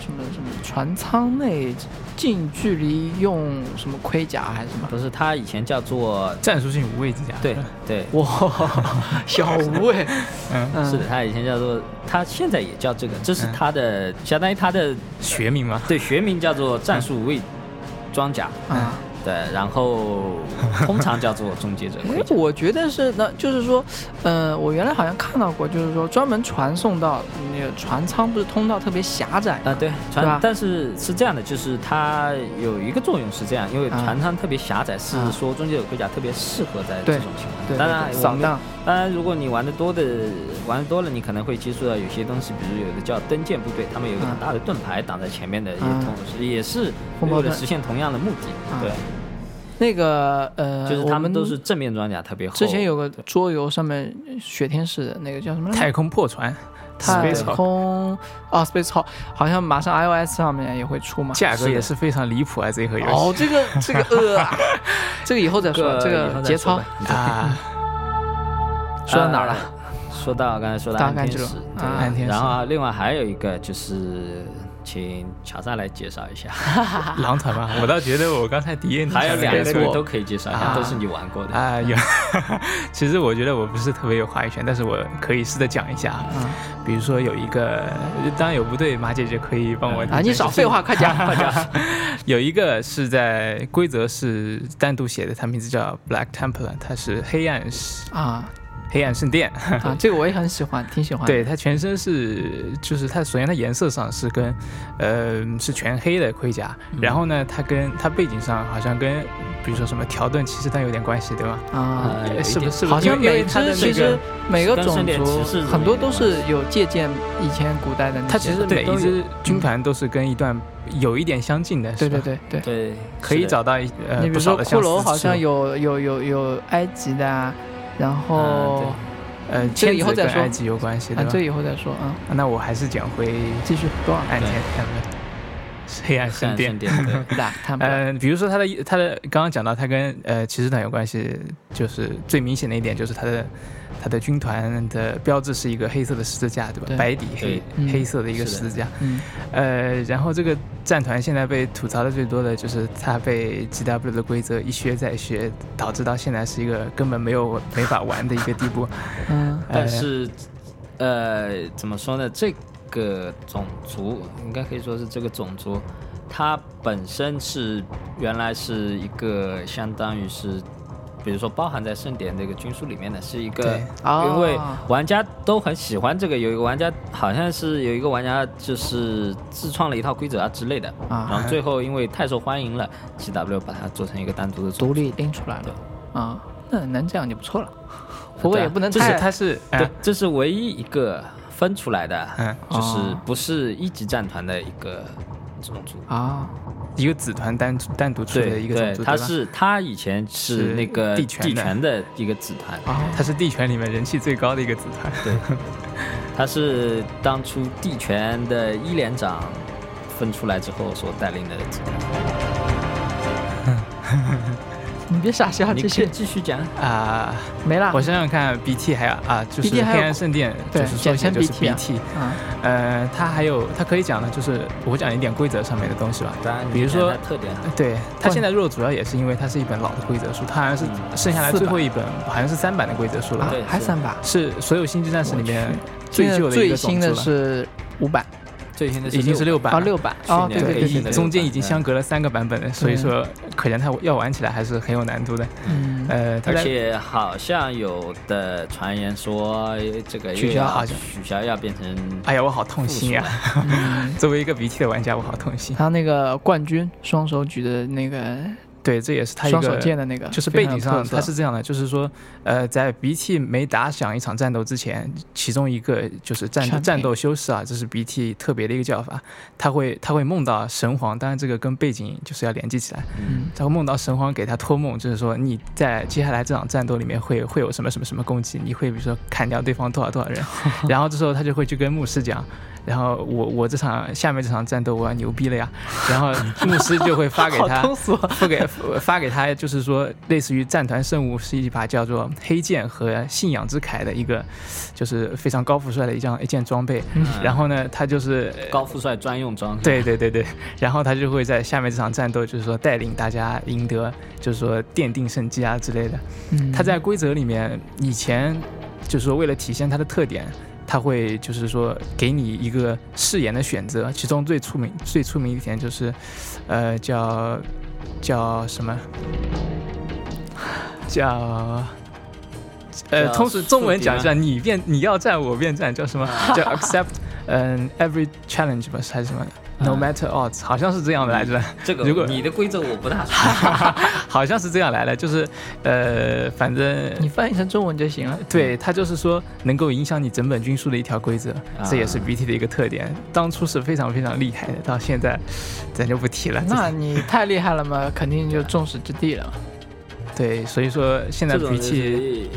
Speaker 1: 什么什么船舱内近距离用什么盔甲还是什么？
Speaker 3: 不是，它以前叫做
Speaker 2: 战术性无畏之甲。
Speaker 3: 对对，
Speaker 1: 嗯哇， 小无畏，
Speaker 2: 嗯，
Speaker 1: 嗯
Speaker 3: 是的，它以前叫做，它现在也叫这个，这是它的相当于它的
Speaker 2: 学名嘛，
Speaker 3: 对学名叫做战术卫装甲，
Speaker 1: 啊。
Speaker 3: 对，然后 通常叫做终结者盔
Speaker 1: 哎，
Speaker 3: 甲。
Speaker 1: 我觉得是呢，就是说，呃，我原来好像看到过，就是说专门传送到那个船舱，不是通道特别狭窄
Speaker 3: 啊，对，船，
Speaker 1: 吧
Speaker 3: 但是是这样的，就是它有一个作用是这样，因为
Speaker 1: 啊
Speaker 3: 船舱特别狭窄，是
Speaker 1: 啊
Speaker 3: 说终结者盔甲特别适合在
Speaker 1: 对
Speaker 3: 这种情况
Speaker 1: 对
Speaker 3: 下。当然，
Speaker 1: 对对
Speaker 3: 我
Speaker 1: 扫
Speaker 3: 们
Speaker 1: 荡
Speaker 3: 当然，如果你玩的多的，玩的多了，你可能会接触到有些东西，比如有的叫灯箭部队，他们有一个
Speaker 1: 啊
Speaker 3: 很大的盾牌挡在前面的，也
Speaker 1: 啊
Speaker 3: 同时也是
Speaker 1: 风暴
Speaker 3: 为了
Speaker 1: 盾
Speaker 3: 实现同样的目的
Speaker 1: 啊。
Speaker 3: 对，
Speaker 1: 那个呃，
Speaker 3: 就是
Speaker 1: 我
Speaker 3: 他
Speaker 1: 们
Speaker 3: 们都是哦正面装甲特别厚。
Speaker 1: 之前有个桌游上面雪天使的那个叫什么来着？
Speaker 2: 太空破船
Speaker 1: 太
Speaker 2: Space Hulk
Speaker 1: 空啊，Space Hawk 好像马上 iOS 上面也会出嘛。
Speaker 2: 价格
Speaker 3: 是
Speaker 2: 也是非常离谱啊，这个游戏。
Speaker 1: 哦，这个这个呃， 这个以后再说，
Speaker 3: 这
Speaker 1: 这
Speaker 3: 个以
Speaker 1: 个
Speaker 3: 后再
Speaker 1: 节
Speaker 3: 说
Speaker 1: 操
Speaker 3: 吧。
Speaker 2: 啊，
Speaker 1: 说到哪儿了？
Speaker 3: 说到刚才说到
Speaker 1: 大
Speaker 3: 暗
Speaker 1: 概
Speaker 3: 天
Speaker 1: 这
Speaker 3: 使
Speaker 1: 种，
Speaker 3: 对
Speaker 1: 啊
Speaker 2: 暗天使
Speaker 3: 然后啊另外还有一个就是，请乔萨来介绍一下，
Speaker 2: 嗯狼团嘛，我倒觉得我刚才敌人
Speaker 3: 还有两
Speaker 1: 个
Speaker 3: 个
Speaker 1: 错
Speaker 3: 都可以介绍一下，
Speaker 2: 啊
Speaker 3: 都是你玩过的。
Speaker 2: 啊有， 其实我觉得我不是特别有话语权，但是我可以试着讲一下啊。
Speaker 1: 嗯
Speaker 2: 比如说有一个，当然有不对，马姐姐可以帮我
Speaker 1: 啊，你少废话，快讲 快讲。
Speaker 2: 有一个是在规则是单独写的，它名字叫 Black Templar，它是黑暗圣
Speaker 1: 啊
Speaker 2: 黑暗圣殿。
Speaker 1: 啊，这个我也很喜欢，挺喜欢的。
Speaker 2: 对，它全身是，就是它首先它颜色上是跟，呃，是全黑的盔甲，
Speaker 1: 嗯
Speaker 2: 然后呢，它跟它背景上好像跟，比如说什么条顿骑士团有点关系，对吧？
Speaker 1: 啊，
Speaker 3: 呃有一
Speaker 2: 哎是不
Speaker 3: 点
Speaker 2: 是？
Speaker 1: 好像
Speaker 2: 因为因
Speaker 1: 每
Speaker 2: 为它
Speaker 1: 只
Speaker 2: 的
Speaker 1: 其
Speaker 2: 那
Speaker 1: 实
Speaker 2: 个，
Speaker 1: 每个
Speaker 3: 跟
Speaker 1: 种
Speaker 3: 圣殿骑士
Speaker 1: 族
Speaker 3: 是
Speaker 1: 很多
Speaker 3: 有
Speaker 1: 都是有借鉴以前古代的那些。
Speaker 2: 它其实每
Speaker 3: 对
Speaker 2: 一
Speaker 3: 都
Speaker 2: 支军团都是跟一段有一点相近的，
Speaker 1: 嗯对
Speaker 2: 是吧
Speaker 1: 对对对。
Speaker 3: 对，
Speaker 2: 可以
Speaker 3: 是的啊
Speaker 2: 找到一呃
Speaker 1: 你比
Speaker 2: 不
Speaker 1: 如说
Speaker 2: 少的相
Speaker 1: 骷
Speaker 2: 似
Speaker 1: 髅
Speaker 2: 之
Speaker 1: 好像
Speaker 2: 处
Speaker 1: 有有有有埃及的啊，然后
Speaker 2: 呃，
Speaker 3: 嗯
Speaker 1: 这个
Speaker 2: 签
Speaker 1: 以后
Speaker 2: 字
Speaker 1: 再
Speaker 2: 跟
Speaker 1: 说
Speaker 2: 埃及有关系
Speaker 1: 啊
Speaker 2: 对吧
Speaker 1: 这？以后再说啊，
Speaker 2: 那我还是讲回
Speaker 1: 继续多少
Speaker 2: 暗天呃不黑暗
Speaker 3: 黑
Speaker 2: 圣
Speaker 3: 暗
Speaker 2: 殿
Speaker 3: 圣。殿，对
Speaker 1: 打他们
Speaker 2: 呃，比如说它的它的刚刚讲到它跟呃骑士团有关系，就是最明显的一点就是它的它的军团的标志是一个黑色的十字架，对吧？
Speaker 1: 对
Speaker 2: 白底
Speaker 3: 对
Speaker 2: 黑、
Speaker 1: 嗯
Speaker 2: 黑色的一个
Speaker 3: 是
Speaker 2: 十
Speaker 3: 的
Speaker 2: 字架。
Speaker 1: 嗯
Speaker 2: 呃，然后这个战团现在被吐槽的最多的就是它被 GW 的规则一削再削，导致到现在是一个根本没有没法玩的一个地步。
Speaker 1: 嗯
Speaker 2: 呃
Speaker 3: 但是，呃，怎么说呢？这个种族应该可以说是这个种族，它本身是原来是一个相当于是，比如说包含在盛典这个军书里面的，是一个
Speaker 2: 对，
Speaker 1: 哦
Speaker 3: 因为玩家都很喜欢这个。有一个玩家好像是有一个玩家就是自创了一套规则啊之类的，
Speaker 1: 啊
Speaker 3: 然后最后因为太受欢迎了，GW 把它做成一个单独的种
Speaker 1: 独
Speaker 3: 族。
Speaker 1: 立拎出来了啊，那能这样就不错了，不过
Speaker 3: 对啊
Speaker 1: 也不能
Speaker 2: 就是
Speaker 1: 太
Speaker 2: 它是
Speaker 3: 对
Speaker 2: 呃，
Speaker 3: 这是唯一一个分出来的，
Speaker 2: 嗯
Speaker 3: 就是
Speaker 1: 哦
Speaker 3: 不是一级战团的一个种族。
Speaker 1: 啊
Speaker 2: 一个子团单单独出的
Speaker 3: 对
Speaker 2: 一个种
Speaker 3: 对，
Speaker 2: 族，
Speaker 3: 他
Speaker 2: 对吧
Speaker 3: 是他以前是
Speaker 2: 是
Speaker 3: 那个
Speaker 2: 地权的
Speaker 3: 地权的一个子团，
Speaker 1: 啊
Speaker 2: 它是地权里面人气最高的一个子团。
Speaker 3: 他是当初地权的一连长分出来之后所带领的子团。
Speaker 1: 你别傻笑，继
Speaker 3: 你可以
Speaker 1: 续
Speaker 3: 继续讲，
Speaker 2: 啊、
Speaker 1: 没了
Speaker 2: 我想想看，BT 还有啊，就是
Speaker 1: BT 还有
Speaker 2: 黑暗圣殿，
Speaker 1: 对
Speaker 2: 就是说起来
Speaker 1: 简称
Speaker 2: 就是
Speaker 1: BT 啊
Speaker 2: BT。
Speaker 1: 啊
Speaker 2: 呃，它还有它可以讲的，就是我讲一点规则上面的东西吧。
Speaker 3: 当然，
Speaker 2: 比如说
Speaker 3: 特点，
Speaker 2: 对，它现在弱主要也是因为它是一本老的规则书，它好像是
Speaker 3: 嗯
Speaker 2: 剩下来
Speaker 1: 四
Speaker 2: 最
Speaker 1: 版
Speaker 2: 后一本，好像是三版的规则书了
Speaker 1: 啊
Speaker 2: 吧，
Speaker 3: 对，
Speaker 1: 还
Speaker 3: 是
Speaker 1: 三把，
Speaker 2: 是所有星际战士里面
Speaker 1: 我去
Speaker 2: 最旧的一
Speaker 1: 最
Speaker 2: 个
Speaker 1: 新
Speaker 2: 种
Speaker 1: 的
Speaker 2: 族了。
Speaker 1: 是五版
Speaker 3: 最新的
Speaker 2: 已经是六版
Speaker 1: 啊
Speaker 2: 了，
Speaker 1: 六版啊，
Speaker 3: 去
Speaker 1: 对
Speaker 3: 年
Speaker 1: 对对
Speaker 2: 对，
Speaker 3: 的新
Speaker 1: 对
Speaker 2: 已
Speaker 1: 对，
Speaker 3: 的六
Speaker 2: 中间
Speaker 3: 版
Speaker 2: 已经
Speaker 3: 对
Speaker 2: 相隔了三个版本了，所以
Speaker 1: 嗯
Speaker 2: 说可见它要玩起来还是很有难度的。
Speaker 1: 嗯
Speaker 2: 呃，它
Speaker 3: 而
Speaker 2: 在
Speaker 3: 且好像有的传言说这个
Speaker 2: 取
Speaker 3: 又
Speaker 2: 消
Speaker 3: 要
Speaker 2: 好像
Speaker 3: 取消要变成
Speaker 2: 哎呀，我好痛心呀、
Speaker 1: 嗯
Speaker 2: 作为一个鼻涕的玩家，我好痛心。
Speaker 1: 他那个冠军双手举的那个
Speaker 2: 对，这也是他一
Speaker 1: 双手
Speaker 2: 个，
Speaker 1: 剑的那个，
Speaker 2: 就是
Speaker 1: 非
Speaker 2: 背
Speaker 1: 常
Speaker 2: 景
Speaker 1: 有
Speaker 2: 上
Speaker 1: 特色
Speaker 2: 他是这样的，就是说，呃，在鼻涕没打响一场战斗之前，其中一个就是
Speaker 1: 产
Speaker 2: 战
Speaker 1: 品
Speaker 2: 战斗修士啊，这是鼻涕特别的一个叫法，他会他会梦到神皇，当然这个跟背景就是要联系起来，
Speaker 1: 嗯
Speaker 2: 他会梦到神皇给他托梦，就是说你在接下来这场战斗里面会会有什么什么什么攻击，你会比如说砍掉对方多少多 少人，然后这时候他就会去跟牧师讲，然后我我这场下面这场战斗我要牛逼了呀，然后牧师就会发给他
Speaker 1: 好通俗啊，
Speaker 2: 付给 发给他，就是说类似于战团圣物是一把叫做黑剑和信仰之铠的一个，就是非常高富帅的一张一件装备。
Speaker 3: 嗯
Speaker 2: 然后呢，他就是
Speaker 3: 呃高富帅专用装，
Speaker 2: 对对对对，然后他就会在下面这场战斗，就是说带领大家赢得，就是说奠定胜机啊之类的。
Speaker 1: 嗯
Speaker 2: 他在规则里面以前就是说为了体现它的特点，他会就是说给你一个誓言的选择，其中最出名最出名一点就是，呃，叫叫什么？叫。呃，
Speaker 3: 叫
Speaker 2: 通俗中文讲一
Speaker 3: 宿
Speaker 2: 下，
Speaker 3: 敌
Speaker 2: 你变你要战我变战，叫 什么？叫 accept，嗯、every challenge 吧，还是什么？No
Speaker 3: 嗯
Speaker 2: matter odds，好像是这样的来着。
Speaker 3: 这个
Speaker 2: 如果
Speaker 3: 你的规则我不大熟。
Speaker 2: 好像是这样来的，就是呃，反正
Speaker 1: 你翻译成中文就 行了。
Speaker 2: 对它就是说能够影响你整本军书的一条规则，这也是 BT 的一个特点。当初是非常非常厉害的，到现在咱就不提了。
Speaker 1: 那你太厉害了嘛，肯定就众矢之的了。
Speaker 2: 对，所以说现在
Speaker 3: 这种就是
Speaker 2: BT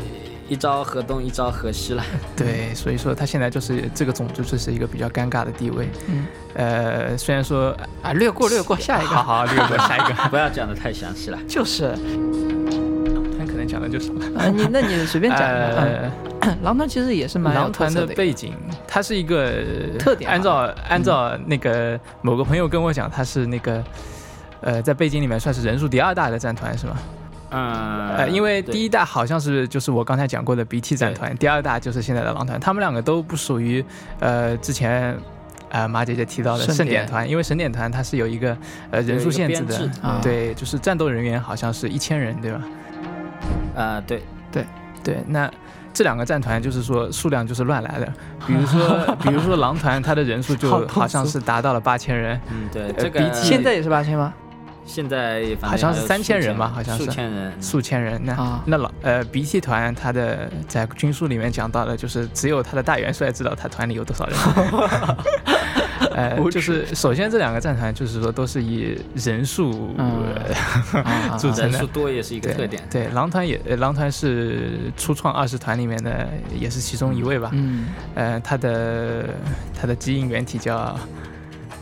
Speaker 3: 一招河东一招河西了。
Speaker 2: 对，所以说它现在就是这个种族就是一个比较尴尬的地位。
Speaker 1: 嗯，
Speaker 2: 呃，虽然说
Speaker 1: 啊，略过略过，下一
Speaker 2: 好
Speaker 1: 个
Speaker 2: 好略过下一个，
Speaker 3: 不要讲的太详细了。
Speaker 1: 就是，
Speaker 2: 但可能讲的就少了。
Speaker 1: 呃，你那你随便讲一个。嗯
Speaker 2: 呃，
Speaker 1: 狼团其实也是蛮有
Speaker 2: 狼
Speaker 1: 特
Speaker 2: 团
Speaker 1: 色
Speaker 2: 的
Speaker 1: 的一个
Speaker 2: 背景，它是一个
Speaker 1: 特点吧啊
Speaker 2: 按照按照那个某个朋友跟我讲，它是那个呃，在背景里面算是人数第二大的战团是吗？
Speaker 3: 嗯，
Speaker 2: 呃，因为
Speaker 3: 对
Speaker 2: 第一大好像是就是我刚才讲过的 BT 战团，第二大就是现在的狼团，他们两个都不属于呃之前。呃，马姐姐提到的
Speaker 1: 盛
Speaker 2: 盛典
Speaker 1: 典
Speaker 2: 团，因为盛典团它是有一个呃人数限制
Speaker 3: 有一
Speaker 2: 的
Speaker 3: 个编制，
Speaker 1: 啊
Speaker 2: 对，就是战斗人员好像是一千人，对吧？
Speaker 3: 啊，对，
Speaker 2: 对，那这两个战团就是说数量就是乱来的，比如说比如说狼团，它的人数
Speaker 1: 好通
Speaker 2: 就
Speaker 1: 俗
Speaker 2: 好像是达到了八千人，
Speaker 3: 嗯，对，
Speaker 2: 呃
Speaker 3: 这个
Speaker 2: 比起
Speaker 1: 现在也是八千吗？
Speaker 3: 现在反正
Speaker 2: 好像是
Speaker 3: 还有
Speaker 2: 3000人吧好
Speaker 3: 数千
Speaker 2: 像是
Speaker 3: 数千人，
Speaker 2: 数千人。那、
Speaker 1: 啊
Speaker 2: 那老呃 BT 团，它的在军书里面讲到的，就是只有他的大元帅知道他团里有多少 人。呃，就是首先这两个战团就是说都是以人数、
Speaker 1: 嗯啊
Speaker 2: 组成
Speaker 3: 人
Speaker 2: 的
Speaker 3: 数多也是一个
Speaker 2: 对
Speaker 3: 特点。
Speaker 2: 对，狼团也呃狼团是初创二十团里面的，也是其中一位吧。
Speaker 1: 嗯，
Speaker 2: 呃，他的他的基因原体叫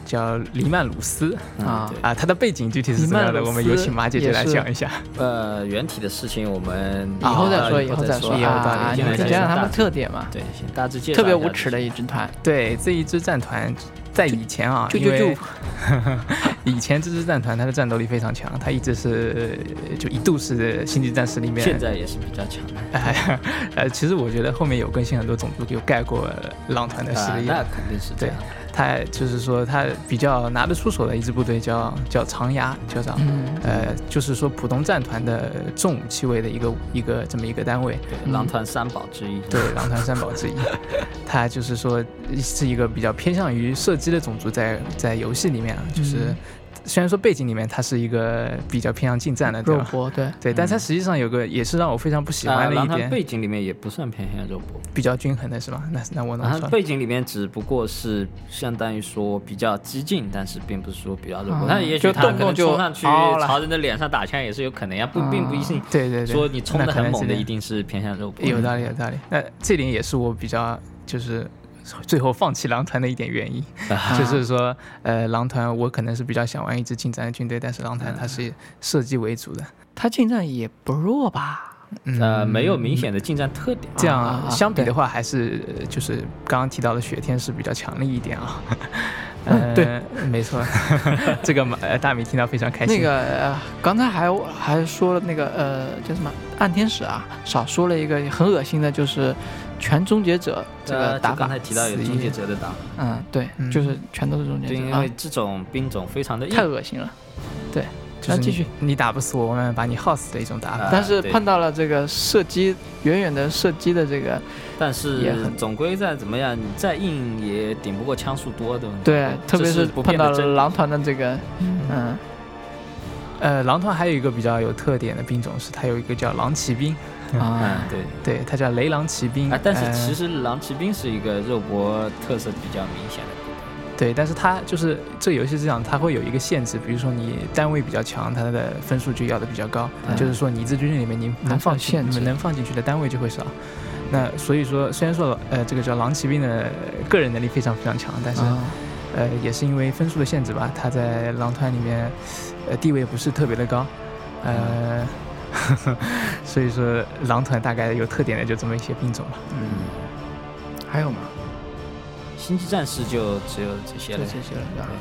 Speaker 2: 叫黎曼鲁斯
Speaker 3: 嗯
Speaker 1: 啊
Speaker 3: 对
Speaker 2: 啊，他的背景具体是怎么样
Speaker 1: 黎曼
Speaker 2: 的，
Speaker 1: 鲁斯
Speaker 2: 我们有请马姐姐来
Speaker 1: 也是
Speaker 2: 讲一下。
Speaker 3: 呃，原体的事情我们
Speaker 1: 以后再
Speaker 2: 哦
Speaker 1: 说，
Speaker 3: 以
Speaker 1: 啊以后再
Speaker 3: 说
Speaker 1: 说
Speaker 2: 也有道理
Speaker 1: 啊，你
Speaker 2: 因为
Speaker 1: 们
Speaker 2: 在
Speaker 1: 讲讲
Speaker 3: 大
Speaker 1: 他们特点嘛。
Speaker 3: 对，先大致介绍
Speaker 1: 特别
Speaker 3: 一下
Speaker 1: 无耻的一支团，啊
Speaker 2: 对，这一支战团在以前啊，
Speaker 1: 就
Speaker 2: 因
Speaker 1: 就
Speaker 2: 为
Speaker 1: 就
Speaker 2: 以前这支战团它的战斗力非常强，它一直是就一度是星际战士里
Speaker 3: 就是，
Speaker 2: 面
Speaker 3: 现在也是比较强的。
Speaker 2: 哎，呃，其实我觉得后面有更新很多种族有盖过狼团呃的实
Speaker 3: 啊
Speaker 2: 力，
Speaker 3: 那肯定是这样的。
Speaker 2: 他就是说他比较拿得出手的一支部队叫叫长牙酋长，
Speaker 1: 嗯
Speaker 2: 呃，就是说普通战团的重武器位的一个一个这么一个单位，
Speaker 3: 对，狼团三宝之一。
Speaker 2: 对，狼团三宝之一。 他就是说是一个比较偏向于射击的种族在，在游戏里面啊，就是、
Speaker 1: 嗯
Speaker 2: 虽然说背景里面它是一个比较偏向近战的，对
Speaker 1: 肉
Speaker 2: 吧？
Speaker 1: 搏对，
Speaker 2: 对，但它实际上有个也是让我非常不喜
Speaker 3: 嗯啊，
Speaker 2: 欢的
Speaker 3: 狼
Speaker 2: 一
Speaker 3: 团
Speaker 2: 点，
Speaker 3: 背景里面也不算偏向肉搏，
Speaker 2: 比较均衡的是吧？那那我能
Speaker 3: 然后
Speaker 2: 说，
Speaker 3: 啊背景里面只不过是相当于说比较激进，但是并不是说比较肉
Speaker 1: 嗯
Speaker 3: 搏。那也
Speaker 1: 就
Speaker 3: 许他
Speaker 1: 动
Speaker 3: 可
Speaker 1: 不动
Speaker 3: 能
Speaker 1: 就
Speaker 3: 冲上去
Speaker 1: 嗷了
Speaker 3: 朝人的脸上打枪也是有可能呀，不
Speaker 1: 嗯
Speaker 3: 并不一定
Speaker 2: 对对对，
Speaker 3: 说你冲的很猛的一嗯
Speaker 2: 点，
Speaker 3: 定是偏向肉搏。
Speaker 2: 有道理有道理。那这点也是我比较就是最后放弃狼团的一点原因。
Speaker 3: 啊
Speaker 2: 就是说，呃，狼团我可能是比较想玩一支近战的军队，但是狼团
Speaker 3: 嗯
Speaker 2: 它是以射击为主的，
Speaker 1: 他近战也不弱吧？
Speaker 2: 嗯
Speaker 3: 呃，没有明显的近战特点。
Speaker 2: 这
Speaker 1: 啊啊
Speaker 2: 样
Speaker 1: 啊
Speaker 2: 相比的话，还是呃就是刚刚提到的雪天是比较强力一点啊。
Speaker 1: 嗯对
Speaker 2: 呃，没错，这个嘛呃大米听到非常开心。
Speaker 1: 那个呃，刚才还还说了那个呃叫什么暗天使啊，少说了一个很恶心的，就是全终结者这
Speaker 3: 呃
Speaker 1: 个
Speaker 3: 就
Speaker 1: 打法
Speaker 3: 刚才，提到有终结者的打法，
Speaker 1: 嗯对，
Speaker 2: 嗯
Speaker 1: 就是全都是终结
Speaker 3: 对，
Speaker 1: 者
Speaker 3: 因
Speaker 1: 啊
Speaker 3: 为，这种兵种非常的
Speaker 1: 太
Speaker 3: 硬，
Speaker 1: 恶心了。
Speaker 2: 就是
Speaker 1: 啊
Speaker 2: 你
Speaker 1: 继续，
Speaker 2: 你打不死我，我慢慢把你耗死的一种打法。
Speaker 3: 啊
Speaker 1: 但是
Speaker 3: 对
Speaker 1: 碰到了这个射击，远远的射击的这个，
Speaker 3: 但
Speaker 1: 也
Speaker 3: 是
Speaker 1: 很
Speaker 3: 总归再怎么样，你再硬也顶不过枪数多的。
Speaker 1: 对，特别
Speaker 3: 嗯这是不
Speaker 1: 碰
Speaker 3: 变的
Speaker 1: 到了
Speaker 3: 真理
Speaker 1: 狼团的这个，嗯，
Speaker 2: 呃，狼团还有一个比较有特点的兵种是它有一个叫狼骑兵，
Speaker 3: 嗯
Speaker 1: 啊，，
Speaker 3: 对。
Speaker 2: 对，它叫雷狼骑兵。
Speaker 1: 嗯
Speaker 3: 啊，但是
Speaker 2: 呃
Speaker 3: 其实狼骑兵是一个肉搏特色比较明显的，
Speaker 2: 对，但是它就是这个游戏是这样，它会有一个限制，比如说你单位比较强，它的分数就要的比较高，
Speaker 3: 嗯
Speaker 2: 就是说你一支军队里面你
Speaker 1: 还
Speaker 2: 能
Speaker 1: 是有
Speaker 2: 放进
Speaker 1: 限制
Speaker 2: 能放进去的单位就会少。那所以说，虽然说呃这个叫狼骑兵的个人能力非常非常强，但是、
Speaker 1: 啊
Speaker 2: 呃也是因为分数的限制吧，他在狼团里面呃地位不是特别的高。呃， 所以说狼团大概有特点的就这么一些兵种吧。
Speaker 1: 嗯，还有吗？
Speaker 3: 星际战士就只有这些
Speaker 1: 就
Speaker 3: 了
Speaker 1: 这。些了，对啊吧？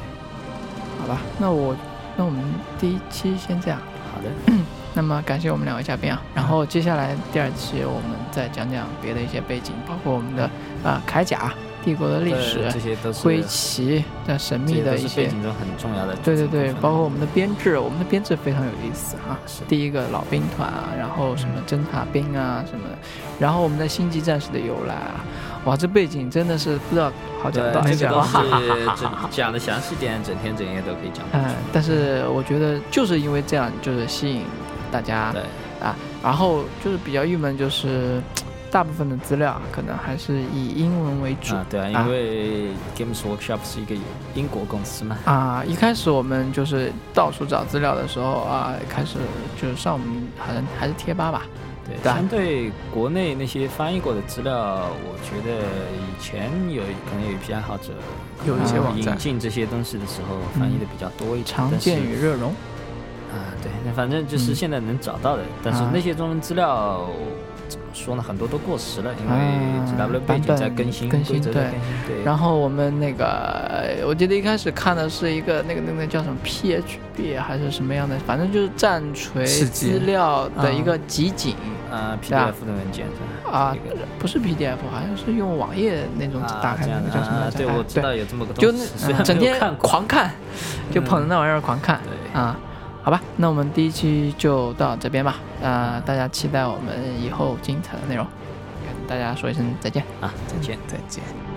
Speaker 1: 好吧，那我那我们第一期先这样。
Speaker 3: 好的，
Speaker 1: 那么感谢我们两位嘉宾啊，
Speaker 3: 嗯
Speaker 1: 然后接下来第二期我们再讲讲别的一些背景，包括我们的呃铠甲、帝国的历史
Speaker 3: 呃这、些都是
Speaker 1: 灰旗的神
Speaker 3: 这
Speaker 1: 秘
Speaker 3: 些
Speaker 1: 的
Speaker 3: 都
Speaker 1: 一
Speaker 3: 是背
Speaker 1: 些，
Speaker 3: 景中很重要的组
Speaker 1: 对对
Speaker 3: 成部分。
Speaker 1: 对，包括我们的编制，我们的编制非常有意思啊。
Speaker 3: 是
Speaker 1: 第一个老兵团啊，然后什么侦察兵啊什么的，然后我们的星际战士的由来啊，哇，这背景真的是不知道好讲
Speaker 3: 对
Speaker 1: 多少
Speaker 3: 这
Speaker 1: 讲
Speaker 3: 个
Speaker 1: 啊
Speaker 3: 都。是整讲的详细点，整天整夜都可以 讲。
Speaker 1: 嗯，但是我觉得就是因为这样，就是吸引大家
Speaker 3: 对，
Speaker 1: 啊，然后就是比较郁闷，就是大部分的资料啊可能还是以英文为主
Speaker 3: 啊，对啊，
Speaker 1: 啊
Speaker 3: 因为 Games Workshop 是一个英国公司嘛，
Speaker 1: 啊。一开始我们就是到处找资料的时候啊，开始就是上我们好像还是贴吧吧，
Speaker 3: 对，
Speaker 1: 对啊
Speaker 3: 相对国内那些翻译过的资料，我觉得以前有可能有一批爱好者
Speaker 2: 有一些
Speaker 3: 呃
Speaker 2: 网站
Speaker 3: 引进这些东西的时候翻译的比较多一点，
Speaker 1: 常见与
Speaker 3: 于
Speaker 1: 热熔
Speaker 3: 啊，对，那反正就是
Speaker 1: 嗯
Speaker 3: 现在能找到的，但是
Speaker 1: 啊
Speaker 3: 那些中文资料怎么说呢，很多都过时了，因为
Speaker 1: 啊
Speaker 3: GW 背
Speaker 1: 版
Speaker 3: 景
Speaker 1: 本
Speaker 3: 在更新，
Speaker 1: 更新
Speaker 3: 规则在
Speaker 1: 对
Speaker 3: 更新，对，
Speaker 1: 然后我们那个，呃我记得一开始看的是一个那个那个叫什么 PHB 还是什么样的，反正就是战锤
Speaker 2: 世界
Speaker 1: 资料
Speaker 3: 嗯
Speaker 1: 的一个集锦
Speaker 3: 呃
Speaker 1: 对啊
Speaker 3: PDF 的文件是吧
Speaker 1: 啊
Speaker 3: 这个，
Speaker 1: 不是 PDF，好像是用网页那种
Speaker 3: 啊
Speaker 1: 打开
Speaker 3: 这
Speaker 1: 那
Speaker 3: 样
Speaker 1: 个
Speaker 3: 的
Speaker 1: 叫什么来
Speaker 3: 啊
Speaker 1: 着？
Speaker 3: 对，
Speaker 1: 哎
Speaker 3: 我知道有这么个
Speaker 1: 就
Speaker 3: 东
Speaker 1: 那
Speaker 3: 西，虽
Speaker 1: 嗯
Speaker 3: 然
Speaker 1: 整
Speaker 3: 没有
Speaker 1: 天
Speaker 3: 看过，
Speaker 1: 狂看，就捧着
Speaker 3: 嗯
Speaker 1: 那玩意儿狂看
Speaker 3: 对。
Speaker 1: 啊。好吧，那我们第一期就到这边吧。呃，大家期待我们以后精彩的内容，跟大家说一声再见。
Speaker 3: 啊，再见。
Speaker 2: 再见。